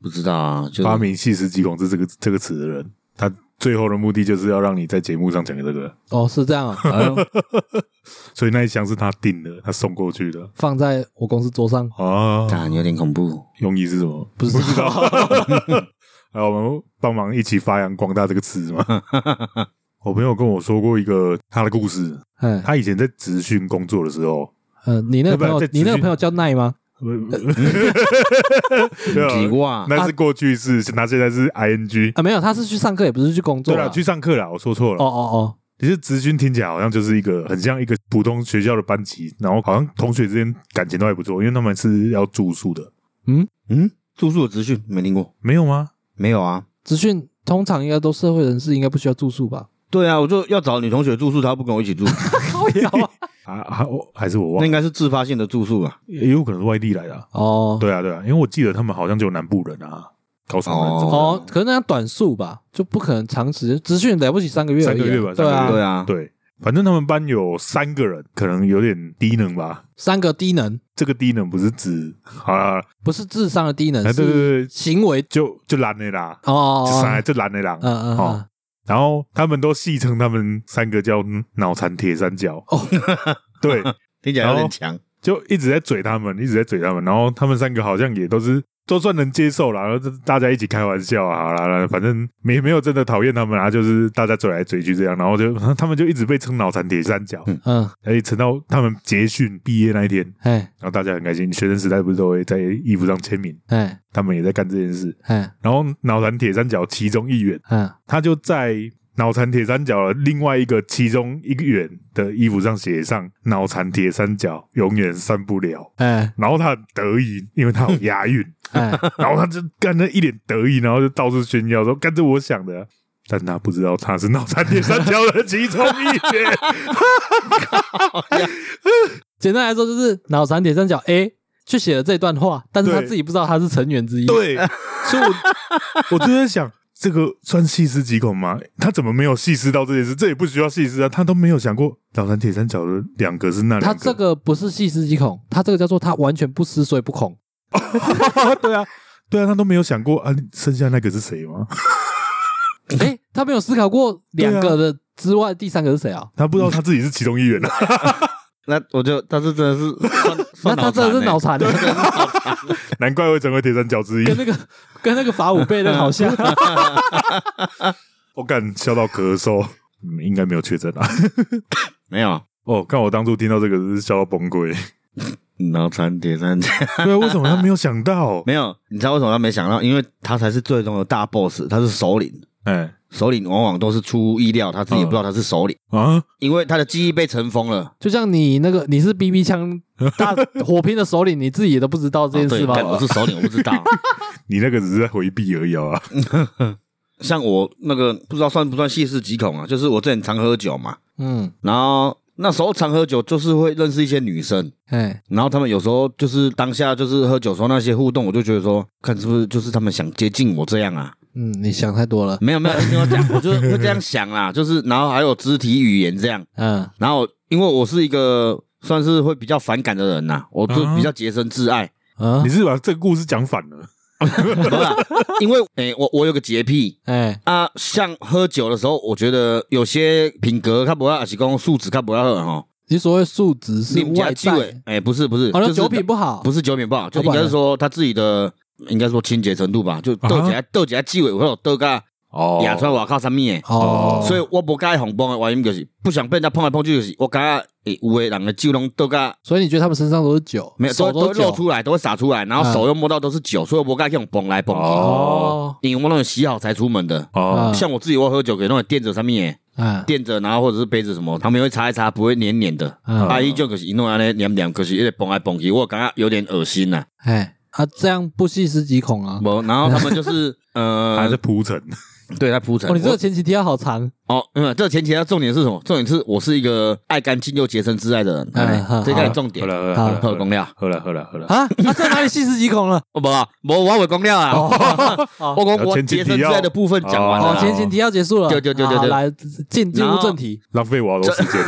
Speaker 1: 不知道啊，就
Speaker 3: 发明“细思极恐”这这个这个词的人，他最后的目的就是要让你在节目上讲这个，
Speaker 2: 哦，是这 [laughs] 样啊，
Speaker 1: 哎呦
Speaker 3: 所以那一箱是他订的，他送过去的
Speaker 2: 放在我公司桌上，
Speaker 3: 啊。
Speaker 1: 干有点恐怖。
Speaker 3: 用意是什么？
Speaker 2: 不知道
Speaker 3: 不知道。来，我们帮忙一起发扬光大这个词嘛。我朋友跟我说过一个他的故事，
Speaker 2: [laughs] 哎，
Speaker 3: 他以前在职训工作的时候，
Speaker 2: 呃，你那个朋
Speaker 3: 要
Speaker 2: 友
Speaker 3: 不然再，仔细
Speaker 2: 你那个朋友叫奈吗？
Speaker 1: 几哇？
Speaker 3: 那是过去式，那现在是 ing。
Speaker 2: 啊，没有，他是去上课，也不是去工作
Speaker 3: 对
Speaker 2: 啦
Speaker 3: 了，去上课了，我说错
Speaker 2: 哦。
Speaker 3: 了
Speaker 2: 哦
Speaker 3: 其实职军听起来好像就是一个很像一个普通学校的班级，然后好像同学之间感情都还不错，因为他们是要住宿的，
Speaker 1: 嗯，住宿的资讯没听过？
Speaker 3: 没有吗？
Speaker 1: 没有啊。
Speaker 2: 哦，职训通常应该都社会人士，应该不需要住宿吧？
Speaker 1: 对啊，我就要找女同学住宿，她不跟我一起住，
Speaker 2: 靠腰啊！
Speaker 3: 啊啊，我还是我
Speaker 1: 那
Speaker 3: 忘
Speaker 1: 应
Speaker 3: 了，
Speaker 1: 该是自发性的住宿啊。
Speaker 3: 也有可能是外地来的啊、
Speaker 2: [laughs] 哦
Speaker 3: 对啊，对啊，因为我记得他们好像就有南部人啊，高雄人什么的、
Speaker 2: 哦，可是那样短宿吧，就不可能长时。职训了不起三个月而已啊，
Speaker 3: 三个月吧
Speaker 2: 对
Speaker 3: 三个
Speaker 2: 啊
Speaker 3: 月，
Speaker 1: 对啊，
Speaker 3: 对，反正他们班有三个人，可能有点低能吧。
Speaker 2: 三个低能，
Speaker 3: 这个低能不是指好啦，
Speaker 2: 不是智商的低能
Speaker 3: 哎，对对
Speaker 2: 是
Speaker 3: 对，
Speaker 2: 行为
Speaker 3: 就就懒的啦，
Speaker 2: 哦哦，
Speaker 3: 就
Speaker 2: 哦
Speaker 3: 三就懒的啦。
Speaker 2: 嗯嗯
Speaker 3: 哦
Speaker 2: 嗯，
Speaker 3: 然后他们都戏称他们三个叫脑残铁三角。
Speaker 2: 哦，
Speaker 3: 对，
Speaker 1: 听起来有点强。
Speaker 3: 就一直在嘴他们，一直在嘴他们，然后他们三个好像也都是都算能接受啦，然后这大家一起开玩笑啊，好啦好啦，反正没没有真的讨厌他们啊，就是大家嘴来嘴去这样，然后就 [laughs] 他们就一直被称脑残铁三角，
Speaker 1: 嗯
Speaker 2: 嗯，
Speaker 3: 而且撑到他们结训毕业那一天，
Speaker 2: 哎
Speaker 3: 然后大家很开心，学生时代不是都会在衣服上签名，
Speaker 2: 哎
Speaker 3: 他们也在干这件事，
Speaker 2: 哎
Speaker 3: 然后脑残铁三角其中一员，
Speaker 2: 嗯，
Speaker 3: 他就在脑残铁三角的另外一个其中一员的衣服上写上“脑残铁三角永远散不了”。
Speaker 2: 哎
Speaker 3: 然后他很得意，因为他有押
Speaker 2: [laughs]
Speaker 3: 韵，
Speaker 2: 哎，
Speaker 3: 然后他就干那一脸得意，然后就到处炫耀说：“干这我想的啊、但他不知道他是脑残铁三角的其中一
Speaker 2: [laughs]
Speaker 3: 员。
Speaker 2: 简单来说就是脑残铁三角 A 去写了这段话，但是他
Speaker 3: 对
Speaker 2: 自己不知道他是成员之一，
Speaker 3: 对，所以我 [laughs] 我就在想，这个算细思极恐吗？他怎么没有细思到这件事？这也不需要细思啊，他都没有想过脑残铁三角的两个是那两
Speaker 2: 他
Speaker 3: 个。
Speaker 2: 这个不是细思极恐，他这个叫做他完全不思所以不 [laughs] 恐。
Speaker 3: 对啊，对啊，他都没有想过啊，剩下那个是谁吗？
Speaker 2: 哎，他没有思考过两
Speaker 3: 对
Speaker 2: 个的之外，第三个是谁啊？
Speaker 3: 他不知道他自己是其中一员啊。
Speaker 1: 那我就，但是真的是算算
Speaker 2: [laughs] 那他真的是
Speaker 1: 脑
Speaker 2: 脑
Speaker 1: 欸
Speaker 2: 残，欸跟
Speaker 3: 难怪会成为铁三角之一。
Speaker 2: 那个跟那个法武贝勒好
Speaker 3: [laughs]
Speaker 2: 像。
Speaker 3: 我敢笑到咳嗽，嗯应该没有确诊啊。
Speaker 1: 没有啊
Speaker 3: 哦，看我当初听到这个是笑到崩溃。
Speaker 1: 脑残铁三
Speaker 2: [laughs]
Speaker 1: 角
Speaker 3: [laughs] 对啊，为什么他没有想到？
Speaker 1: 没有，你知道为什么他没想到？因为他才是最终的大 boss，他是首领，
Speaker 3: [laughs] 哎
Speaker 1: 首领往往都是出乎意料，他自己也不知道他是首领，
Speaker 3: 啊，
Speaker 1: 因为他的记忆被尘封了。
Speaker 2: 就像你那个你是 BB 枪大火拼的首领，你自己也都不知道这件
Speaker 1: 哦对
Speaker 2: 事吗？
Speaker 1: 干我是
Speaker 2: [laughs]
Speaker 1: 首领，我不知道。
Speaker 3: 你那个只是在回避而已啊。
Speaker 1: 像我那个不知道算不算细思极恐啊？就是我之前常喝酒嘛，
Speaker 2: 嗯，
Speaker 1: 然后那时候常喝酒就是会认识一些女生，
Speaker 2: 哎，
Speaker 1: 然后他们有时候就是当下就是喝酒时候那些互动，我就觉得说，看是不是就是他们想接近我这样啊？
Speaker 2: 嗯，你想太多了。
Speaker 1: 没有没有，听我讲，我就是会这样想啦，就是然后还有肢体语言这样，
Speaker 2: 嗯
Speaker 1: 然后因为我是一个算是会比较反感的人呐、我就比较洁身自爱， [laughs]
Speaker 2: 嗯
Speaker 3: 你，是把这个故事讲反了。
Speaker 1: 不是啊因为诶、我我有个洁癖，
Speaker 2: 哎
Speaker 1: 啊，像喝酒的时候，我觉得有些品格较不要，还是讲素质较不要喝哈。
Speaker 2: 你所谓素质是
Speaker 1: 你们家
Speaker 2: 外
Speaker 1: 鸡
Speaker 2: 在，
Speaker 1: 尾，哎、不是不是，
Speaker 2: 好
Speaker 1: 就
Speaker 2: 像
Speaker 1: 是
Speaker 2: 酒品不好，
Speaker 1: 不
Speaker 2: 欸是
Speaker 1: 是酒品不好，就
Speaker 2: 老板啊
Speaker 1: 应该是说他自己的，应该说清洁程度吧，就斗起来斗起来鸡尾，或者斗个
Speaker 3: 哦
Speaker 1: 压出来外口啥物诶。
Speaker 2: 哦，
Speaker 1: 所以我无甲伊红帮的原因就是不想被人家碰来碰去，就是我感觉会有诶人的酒拢倒甲
Speaker 2: 所以你觉得他们身上都是酒，
Speaker 1: 没有
Speaker 2: 手
Speaker 1: 都都
Speaker 2: 都
Speaker 1: 会
Speaker 2: 是酒
Speaker 1: 露出来，都会洒出来，然后手又摸到都是酒，所以我无甲伊用碰来碰去。
Speaker 3: 哦
Speaker 2: 哦，
Speaker 1: 因为我那种洗好才出门的，
Speaker 3: 哦
Speaker 2: 嗯
Speaker 1: 像我自己我喝酒给那种垫着上面，
Speaker 2: 嗯
Speaker 1: 垫着然后或者是杯子什么，他们会擦一擦，不会黏黏的。
Speaker 2: 嗯，
Speaker 1: 啊，伊就就是弄安尼黏黏，可是一直蹦来蹦去，我感觉有点恶心呐。
Speaker 2: 哎啊，这样不细思极恐啊！
Speaker 1: 无，然后他们就是
Speaker 2: [laughs]
Speaker 3: 还
Speaker 1: 呃
Speaker 3: 是，铺陈，
Speaker 1: 对他铺陈
Speaker 2: 哦，你这
Speaker 1: 我
Speaker 2: 个前期提到
Speaker 1: [laughs]
Speaker 2: 好长，
Speaker 1: 哦，嗯，这个前提要重点是什么？重点是我是一个爱干净又洁身自爱的人，
Speaker 2: 嗯
Speaker 1: 哎
Speaker 2: 好
Speaker 1: 这个是重
Speaker 3: 喝
Speaker 1: 点。
Speaker 3: 了喝了
Speaker 2: 好
Speaker 1: 喝公料，
Speaker 3: 喝了喝了喝了，
Speaker 2: 啊，那、啊、在哪里细思极
Speaker 1: [laughs]
Speaker 2: 恐了？
Speaker 1: 哦，无啊，无我会公料啊。 [laughs] 我讲我
Speaker 3: 前情
Speaker 1: 洁身
Speaker 3: 提
Speaker 1: 自
Speaker 3: 要
Speaker 1: 爱的部分讲完了
Speaker 2: 哦，
Speaker 1: 啦。
Speaker 2: 前情提要结束了，
Speaker 1: 对对对对
Speaker 2: 好
Speaker 1: 对
Speaker 2: 来进进
Speaker 1: 然
Speaker 2: 入
Speaker 1: 后
Speaker 2: 正题。
Speaker 3: 浪费我好多时 [laughs] 间。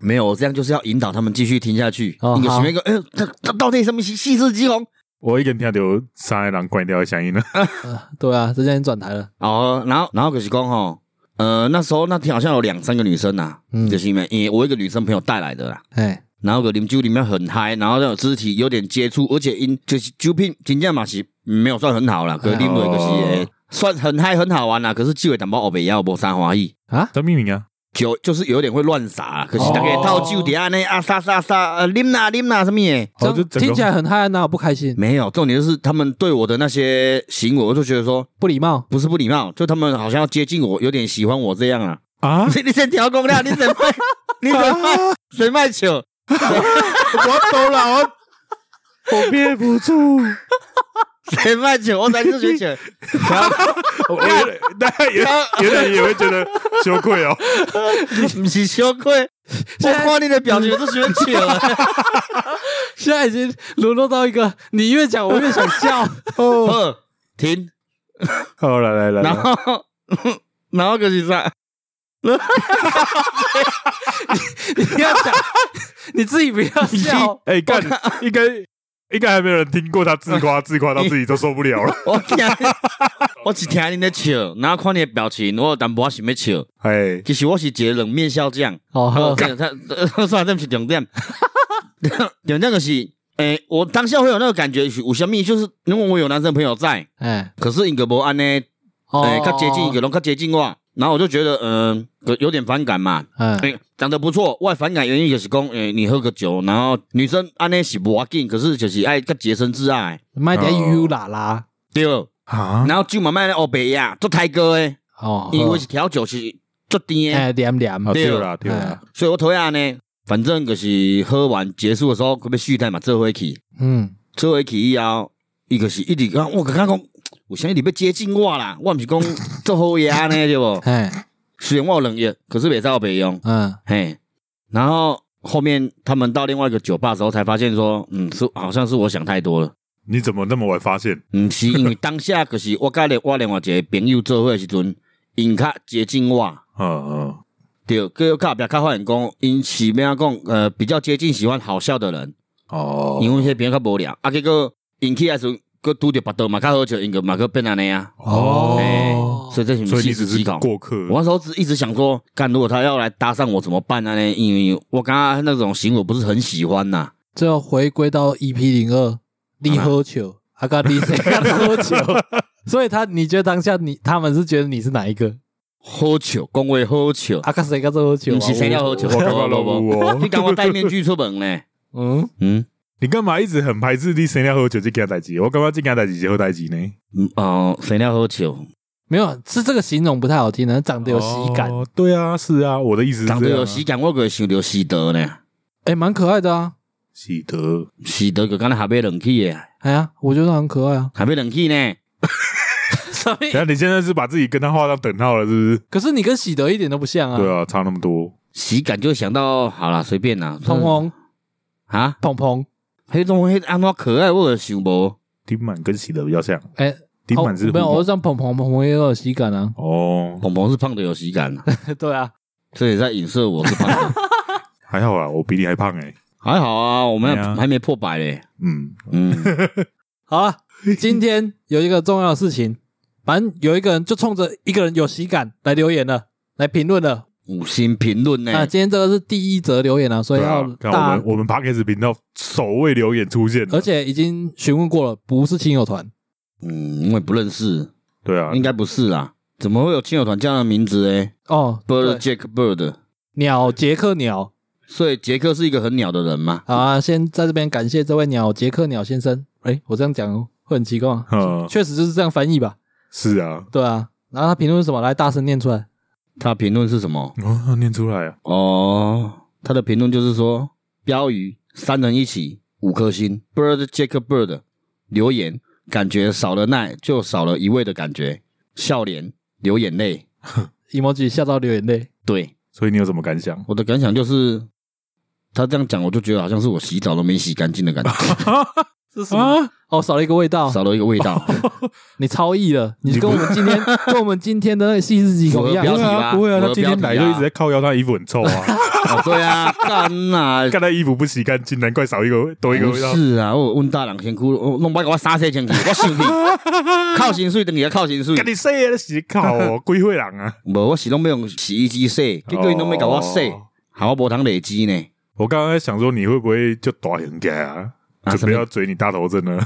Speaker 1: 没有，我这样就是要引导他们继续听下去。
Speaker 2: 哦
Speaker 1: 你个
Speaker 2: 好
Speaker 1: 前面一个，哎，这这到底什么细细思极恐？
Speaker 3: 我一个人听到三个人关掉的声音了，
Speaker 2: 呃对啊，这件转台了，
Speaker 1: 哦，然后然后可是讲吼，呃，那时候那天好像有两三个女生呐、啊
Speaker 2: 嗯
Speaker 1: 就是因为因为我一个女生朋友带来的啦。
Speaker 2: 哎，
Speaker 1: 然后个啉酒里面很嗨，然后那种肢体有点接触，而且因就是酒品真正嘛是没有算很好啦，可
Speaker 2: 哎
Speaker 1: 是啉落就是会、
Speaker 3: 哦
Speaker 1: 算很嗨很好玩啦，可是酒会淡薄后袂要无啥欢喜。
Speaker 3: 什么名啊？
Speaker 1: 酒就是有点会乱撒啦，可是
Speaker 3: 哦
Speaker 1: 大家套酒底下呢啊撒撒撒，呃啉啦啉啦什么耶？
Speaker 2: 这
Speaker 3: 哦
Speaker 2: 样
Speaker 3: 就整个
Speaker 2: 听起来很嗨，啊哪有不开心？
Speaker 1: 没有，重点就是他们对我的那些行为，我就觉得说
Speaker 2: 不礼貌，
Speaker 1: 不是不礼貌，就他们好像要接近我，有点喜欢我这样啊。
Speaker 3: 啊，
Speaker 1: 你先调工料，你怎卖？你怎卖？谁卖酒？
Speaker 3: 我要走了，我我憋不 [laughs] 住，
Speaker 1: 谁卖酒？我才是学姐。
Speaker 3: 我我大家
Speaker 1: [laughs]
Speaker 3: 原原来也会觉得羞愧哦。
Speaker 1: 不是羞愧，我看你的表情我都学起了。
Speaker 2: 现在已经沦落到一个你越讲我越想
Speaker 1: [laughs]
Speaker 2: 笑。
Speaker 3: 哦，
Speaker 1: 呃，停，
Speaker 3: 好来来来
Speaker 1: 然
Speaker 3: 来，
Speaker 1: 后 [laughs] 然后就是啥？
Speaker 2: 你不要讲，你自己不要笑。
Speaker 3: 哎，干，应该应该还没有人听过他自夸，自夸到自己都受不了了。
Speaker 1: 我听，我只听你在笑，然后看你的表情，我有淡薄仔想要笑。
Speaker 3: 哎，
Speaker 1: 其实我是一个冷面笑匠，
Speaker 2: 哦，
Speaker 1: 呃
Speaker 2: 好
Speaker 1: 这他呃 [laughs] 算了，这不是重点，重点就是。诶、我当下会有那个感觉，是有什么？就是因为我有男生朋友在，
Speaker 2: 哎，
Speaker 1: 可是一个无安呢，诶、
Speaker 2: 哦，
Speaker 1: 较哎接近一个，拢较接近我，然后我就觉得，嗯、有有点反感嘛，
Speaker 2: 嗯，
Speaker 1: 哎、长得不错，外反感原因就是讲，哎、你喝个酒，然后女生安尼是无要紧，可是就是爱较洁身自爱，
Speaker 2: 卖点 U 啦啦。
Speaker 1: 对。
Speaker 3: [laughs]
Speaker 2: 嗯
Speaker 3: 啊，
Speaker 1: 然后酒嘛卖咧黑白啊呀，做泰哥诶，
Speaker 2: 哦，
Speaker 1: 因为是调酒是做甜诶，
Speaker 2: 哎点点，
Speaker 3: 啊
Speaker 1: 对
Speaker 3: 对
Speaker 1: 了
Speaker 3: 啦对啦，
Speaker 1: 所以我讨厌呢。反正就是喝完结束的时候，可要续单嘛，做回去，
Speaker 2: 嗯，
Speaker 1: 做回去以后，伊就是一直讲，我感觉讲，有啥你要接近我啦，我毋是讲做好啊嘢呢，对无？
Speaker 2: 哎，
Speaker 1: 虽
Speaker 2: 虽
Speaker 1: 然我有两亿，可是袂使我白用。
Speaker 2: 嗯，
Speaker 1: 嘿，然后后面他们到另外一个酒吧的时候，才发现说，嗯，是好像是我想太多了，
Speaker 3: 你怎么那么晚发现？
Speaker 1: 嗯，是因为当下可是我甲另我另外一个朋友做伙的时阵，因较接近我，
Speaker 3: 嗯
Speaker 1: 对，个较壁较发现讲，因是咩啊讲，呃，比较接近喜欢好笑的人，
Speaker 3: 嗯，哦
Speaker 1: 因为迄边较无聊，啊，结果因起来时候，佮拄着别刀嘛，较好笑，因个嘛佮变安尼啊，
Speaker 3: 哦
Speaker 1: 嘿所以这是
Speaker 3: 所以
Speaker 1: 细
Speaker 3: 你
Speaker 1: 思
Speaker 3: 只
Speaker 1: 极
Speaker 3: 是
Speaker 1: 恐。
Speaker 3: 过客，
Speaker 1: 我那时候只一直想说，干，如果他要来搭讪我怎么办呢？因为我刚刚那种行为不是很喜欢呐、
Speaker 2: 最后回归到 EP 零二，你喝酒，阿嘎你谁跟他喝酒？所以他，你觉得当下你他们是觉得你是哪一个？
Speaker 1: 喝酒，讲话喝酒，
Speaker 2: 阿嘎谁啊跟他喝酒？
Speaker 1: 不是谁要喝酒，
Speaker 3: 啊
Speaker 1: [laughs]
Speaker 3: 我干嘛老
Speaker 1: 不
Speaker 3: 乌哦？
Speaker 1: 你讲我戴面具出门呢？
Speaker 2: 嗯，
Speaker 1: 嗯
Speaker 3: 你干嘛一直很排斥你生料喝酒这件代志？我干嘛这件代志是好代志呢？
Speaker 1: 嗯哦，谁要喝
Speaker 3: 啊
Speaker 1: 酒？
Speaker 2: 没有，是这个形容不太好听呢，长得有喜感，
Speaker 3: 哦对啊，是啊，我的意思是
Speaker 1: 长得
Speaker 3: 这样
Speaker 1: 有
Speaker 3: 啊
Speaker 1: 喜感，我个想到喜德呢，
Speaker 2: 哎，蛮可爱的啊。
Speaker 3: 喜德，
Speaker 1: 喜德个刚才还被冷气耶，
Speaker 2: 哎呀，我觉得很可
Speaker 1: [laughs]
Speaker 2: 爱啊。
Speaker 1: 还被冷气呢。
Speaker 2: 什么意
Speaker 3: 等一下你现在是把自己跟他画上等号了，是不是？
Speaker 2: 可是你跟喜德一点都不像啊。
Speaker 3: 对啊，差那么多。
Speaker 1: 喜感就想到好啦，随便啦
Speaker 2: 鹏鹏，
Speaker 1: 啊，
Speaker 2: 鹏鹏，
Speaker 1: 黑东黑安怎可爱，我有想无。
Speaker 3: 丁满跟喜德比较像，
Speaker 2: 哎，
Speaker 3: 丁
Speaker 2: 哦
Speaker 3: 满是
Speaker 2: 没有，
Speaker 3: 虎
Speaker 2: 我是让鹏鹏，鹏鹏也有喜感啊。
Speaker 3: 哦，
Speaker 1: 鹏鹏是胖的有喜感，
Speaker 2: [laughs] 对啊，
Speaker 1: 这也在影射我是胖
Speaker 2: [laughs]
Speaker 1: 的。
Speaker 3: 还好啊，我比你还胖哎。
Speaker 1: 还好啊，我们
Speaker 2: 哎
Speaker 3: 对啊
Speaker 1: 还没破百嘞。
Speaker 3: 嗯，
Speaker 1: 嗯，
Speaker 2: 好了，今天有一个重要的事情，反正有一个人就冲着一个人有喜感来留言了，来评论了。
Speaker 1: 五星评论
Speaker 2: 那、
Speaker 1: 呢？
Speaker 2: 今天这个是第一则留言了，所以
Speaker 3: 哎对
Speaker 2: 要
Speaker 3: 啊，看我
Speaker 2: 大，
Speaker 3: 们我们 p a c k a g e 频道首位留言出现了，
Speaker 2: 而且已经询问过了，不是亲友团。
Speaker 1: 嗯，因为不认识。
Speaker 3: 对啊，
Speaker 1: 应该不是啦，怎么会有亲友团这样的名字诶
Speaker 2: 哦，
Speaker 1: Bird
Speaker 2: 对，
Speaker 1: Jack Bird，
Speaker 2: 鸟杰克鸟
Speaker 1: 所以杰克是一个很鸟的人嘛？
Speaker 2: 好啊，先在这边感谢这位鸟杰克鸟先生。哎，我这样讲会很奇怪吗？
Speaker 3: 嗯，
Speaker 2: 确实就是这样翻译吧？
Speaker 3: 是啊，
Speaker 2: 对啊。然后他评论是什么？来，大声念出来。
Speaker 1: 他评论是什么？
Speaker 3: 哦，念出来啊，
Speaker 1: 哦，他的评论就是说，标语三人一起五颗星，Bird Jack Bird 留言，感觉少了奈就少了一位的感觉，笑脸流眼泪。
Speaker 2: emoji 笑到流眼泪。
Speaker 1: 对，
Speaker 3: 所以你有什么感想？
Speaker 1: 我的感想就是，他这样讲，我就觉得好像是我洗澡都没洗干净的感觉，
Speaker 2: 这是什
Speaker 3: 啊
Speaker 2: 么？哦，少了一个味道。
Speaker 1: 少了一个味道。
Speaker 2: 你超意了，你
Speaker 3: 你
Speaker 2: 跟我们今天 [laughs] 跟我们今天的那个细思极恐一样
Speaker 1: 不。要
Speaker 3: 不
Speaker 1: 提
Speaker 3: 会
Speaker 1: 啦
Speaker 3: 啊，不会啊，
Speaker 1: 我的
Speaker 3: 他今天
Speaker 1: 标
Speaker 3: 来
Speaker 1: 题啊
Speaker 3: 就一直在靠腰，他衣服很
Speaker 1: [laughs]
Speaker 3: 臭啊，
Speaker 1: 哦，对啊，干呐、
Speaker 3: 看他衣服不洗干净，难怪少一个多一个
Speaker 1: 不
Speaker 3: 味道。
Speaker 1: 是啊，我有问大人先哭，我弄把给我杀死前去，我生气，靠薪水等于靠薪水
Speaker 3: 跟。你说的洗靠
Speaker 1: [laughs]
Speaker 3: 哦，鬼会人啊！
Speaker 1: 无，我是拢要用洗衣机洗，结果伊拢要甲我洗，
Speaker 3: 哦
Speaker 1: 好我无通累积呢。
Speaker 3: 我刚刚在想说，你会不会就大型点啊？
Speaker 1: 啊
Speaker 3: 准备要追你大头症了，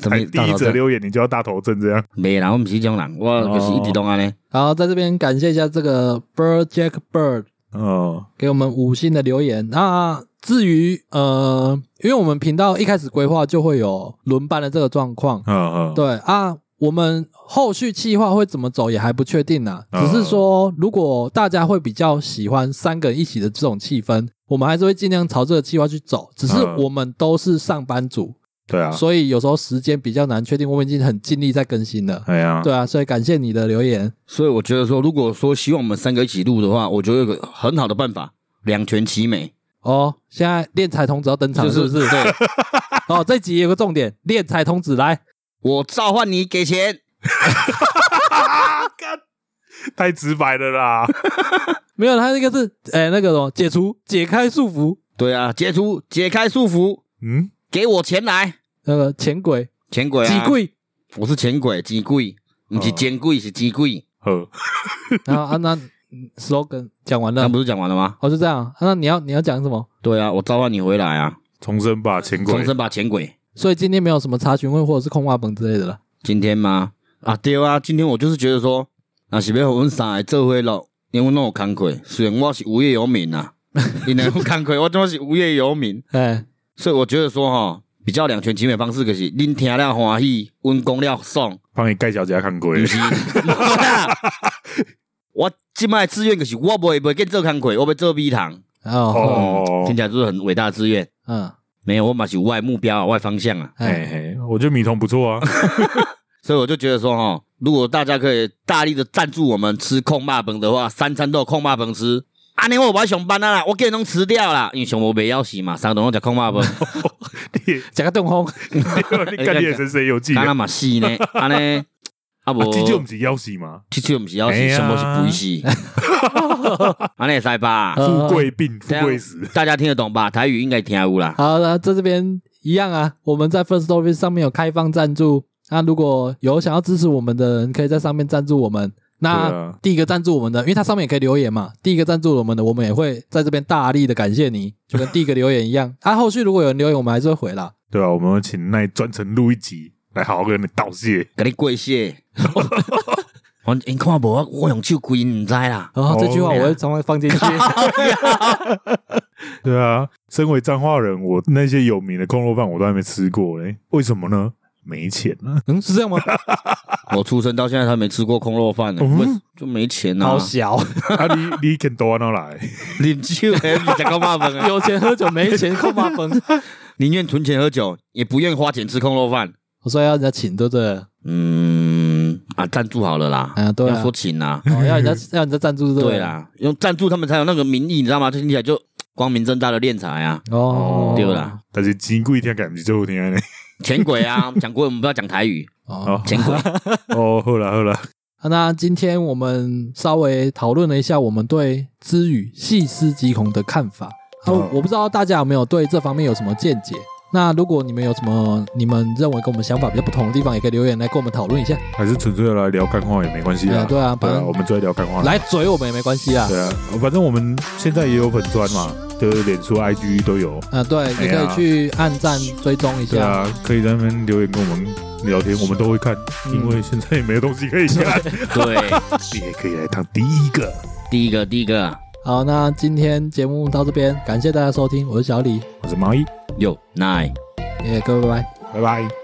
Speaker 1: 什么
Speaker 3: 才第
Speaker 1: 大
Speaker 3: 一
Speaker 1: 头
Speaker 3: 则
Speaker 1: 症？
Speaker 3: 留言你就要大头症这样？
Speaker 1: 没啦，我毋是这种人，我就是一直拢安尼。
Speaker 2: 然后在这边感谢一下这个 Bird Jack Bird
Speaker 3: 哦，
Speaker 2: 给我们五星的留言。那至于呃，因为我们频道一开始规划就会有轮班的这个状况，
Speaker 3: 嗯嗯，
Speaker 2: 对啊，我们后续计划会怎么走也还不确定呢、
Speaker 3: 嗯
Speaker 2: 只是说，如果大家会比较喜欢三个人一起的这种气氛，我们还是会尽量朝这个计划去走。只是
Speaker 3: 嗯
Speaker 2: 我们都是上班族，
Speaker 3: 对啊，
Speaker 2: 所以有时候时间比较难确定。我们已经很尽力在更新了，
Speaker 3: 哎呀，
Speaker 2: 对啊，所以感谢你的留言。
Speaker 1: 所以我觉得说，如果说希望我们三个一起录的话，我觉得有个很好的办法，两全其美，
Speaker 2: 哦，现在练财童子要登场
Speaker 1: 就
Speaker 2: 了是不是？
Speaker 1: 对，
Speaker 2: [laughs] 哦，这集有个重点，练财童子来，
Speaker 1: 我召唤你给钱，
Speaker 3: 太直白
Speaker 1: [laughs]
Speaker 3: 了啦。
Speaker 2: 没有，他那个是 [laughs] 哎、那个什么解除解开束缚，
Speaker 1: 对啊，解除解开束缚，
Speaker 3: 嗯，
Speaker 1: 给我钱来，
Speaker 2: 那个钱鬼
Speaker 1: 钱鬼
Speaker 2: 几
Speaker 1: 啊，
Speaker 2: 贵。 [laughs]
Speaker 1: 我是钱鬼，钱鬼，不是钱鬼，是钱鬼，
Speaker 3: 呵，
Speaker 2: 然后啊，那嗯 slogan 讲完
Speaker 1: 那
Speaker 2: 了，
Speaker 1: 不是讲完了吗？
Speaker 2: 哦，就这样。啊那你要你要讲什么？
Speaker 1: 对啊，我召唤你回来啊，
Speaker 3: 重生吧，钱
Speaker 1: 重
Speaker 3: 鬼。
Speaker 1: 生吧，钱鬼。
Speaker 2: 所以今天没有什么查询会或者是空话本之类的了。
Speaker 1: 今天吗？啊，对啊，今天我就是觉得说，啊，是要互阮三个做伙咯，因为阮拢有工课，虽然我是无业游民啊，因为有工课，我怎么是无业游民？
Speaker 2: 哎，
Speaker 1: 所以我觉得说吼，比较两全其美的方式，就是恁听了欢喜，阮讲了爽，
Speaker 3: 帮你盖小姐看
Speaker 2: [laughs]
Speaker 3: 鬼
Speaker 1: 毋，是？无啦我即摆的志愿就是我袂袂瘾做工课，我要做美堂，
Speaker 2: 哦，
Speaker 3: 哦
Speaker 1: 听起来就是很伟大的志愿。
Speaker 2: 嗯，
Speaker 1: 没有，我嘛是有我的目标啊，我的方向啊。
Speaker 3: 嘿
Speaker 2: 哎，
Speaker 3: 嘿，我觉得米童不错啊，
Speaker 2: [laughs]
Speaker 1: 所以我就觉得说，哈，如果大家可以大力的赞助我们吃控霸本的话，三餐都有控霸本吃。啊，你我不要上班啊啦，我给你弄吃掉啦，因为熊我没要洗嘛，三个都在控霸
Speaker 3: [laughs]
Speaker 1: 本，
Speaker 3: 啊你
Speaker 2: 讲个动轰，
Speaker 3: 你看你的神神有记
Speaker 1: 干那
Speaker 2: [laughs]
Speaker 3: 啊，
Speaker 1: 嘛死呢？啊呢，啊
Speaker 3: [laughs]
Speaker 1: 不，
Speaker 3: 这就不是要死吗？
Speaker 1: 这就不是要洗，
Speaker 3: 哎呀
Speaker 1: 什么是不洗？
Speaker 3: [laughs]
Speaker 1: 啊，那也塞吧，
Speaker 2: [laughs] 嗯
Speaker 3: 富贵病，富贵死，
Speaker 1: 大家听得懂吧？台语应该听得有啦。
Speaker 2: 好，那在这边一样啊，我们在 First Story 上面有开放赞助，那如果有想要支持我们的人，可以在上面赞助我们。
Speaker 3: 对
Speaker 2: 那
Speaker 3: 啊
Speaker 2: 第一个赞助我们的，因为它上面也可以留言嘛。第一个赞助我们的，我们也会在这边大力的感谢你，就跟第一个留言一样。 [laughs] 啊，后续如果有人留言，我们还是会回啦。
Speaker 3: 对啊吧？我们请奈专程录一集来好好跟你道谢。
Speaker 1: 给你跪谢，
Speaker 3: [laughs]
Speaker 1: 反哦正因看无我，我用手跪，你唔知啦。
Speaker 2: 然后这句话
Speaker 3: 哦
Speaker 2: 我会常常放进去。 [laughs]
Speaker 3: 对啊，身为彰化人，我那些有名的空肉饭我都还没吃过嘞，为什么呢？没钱啊！ [laughs]
Speaker 2: 嗯，是这样吗？
Speaker 1: 我出生到现在还没吃过空肉饭呢，
Speaker 3: 嗯
Speaker 1: 为就没钱呐。
Speaker 2: 好小，
Speaker 3: 啊，你你肯多哪来？
Speaker 1: [laughs] 啉酒还比食到麻烦啊！
Speaker 2: [laughs] 有钱喝酒没钱扣八分，
Speaker 1: [laughs] 宁愿存钱喝酒，也不愿花钱吃空肉饭。
Speaker 2: 我说要人家请，对不对？
Speaker 1: 嗯，啊，赞助好了啦，
Speaker 2: 嗯对啊
Speaker 1: 要说请啦，
Speaker 2: 哦，要人家要人家赞助，对不
Speaker 1: 对。啊啦，用赞助他们才有那个名义，你知道吗？听起来就光明正大的敛财啊，
Speaker 2: 哦，
Speaker 1: 对啦，
Speaker 3: 但是金贵天感不是最后天嘞。
Speaker 1: 钱鬼 [laughs] 啊！讲过我们不要讲台语，
Speaker 2: 哦，
Speaker 3: 哦
Speaker 1: 钱鬼，
Speaker 3: 哦，好啦好啦，
Speaker 2: 那今天我们稍微讨论了一下我们对知语细思极恐的看法。啊，
Speaker 3: 哦
Speaker 2: 我不知道大家有没有对这方面有什么见解？那如果你们有什么你们认为跟我们想法比较不同的地方，也可以留言来跟我们讨论一下，
Speaker 3: 还是纯粹来聊干话也没关系
Speaker 2: 哎
Speaker 3: 啦。
Speaker 2: 呀对啊
Speaker 3: 对
Speaker 2: 反
Speaker 3: 啊，
Speaker 2: 正
Speaker 3: 我们就来聊干话。
Speaker 2: 来嘴我们也没关系啊。
Speaker 3: 对啊，反正我们现在也有粉砖嘛，就是脸书、IG 都有。
Speaker 2: 嗯，对，
Speaker 3: 哎
Speaker 2: 你可
Speaker 3: 呀
Speaker 2: 以去按赞追踪一
Speaker 3: 对啊
Speaker 2: 下。
Speaker 3: 啊，可以在那边留言跟我们聊天，我们都会看，因为现在也没有东西可以看，
Speaker 1: 对，
Speaker 3: 嗯 [laughs] 你也可以来当第一个。
Speaker 1: 第一个，第一个，啊
Speaker 2: 好，那今天节目到这边，感谢大家收听，我是小李，
Speaker 3: 我是毛衣，
Speaker 1: 有 nine。
Speaker 2: 也各位拜拜。
Speaker 3: 拜拜。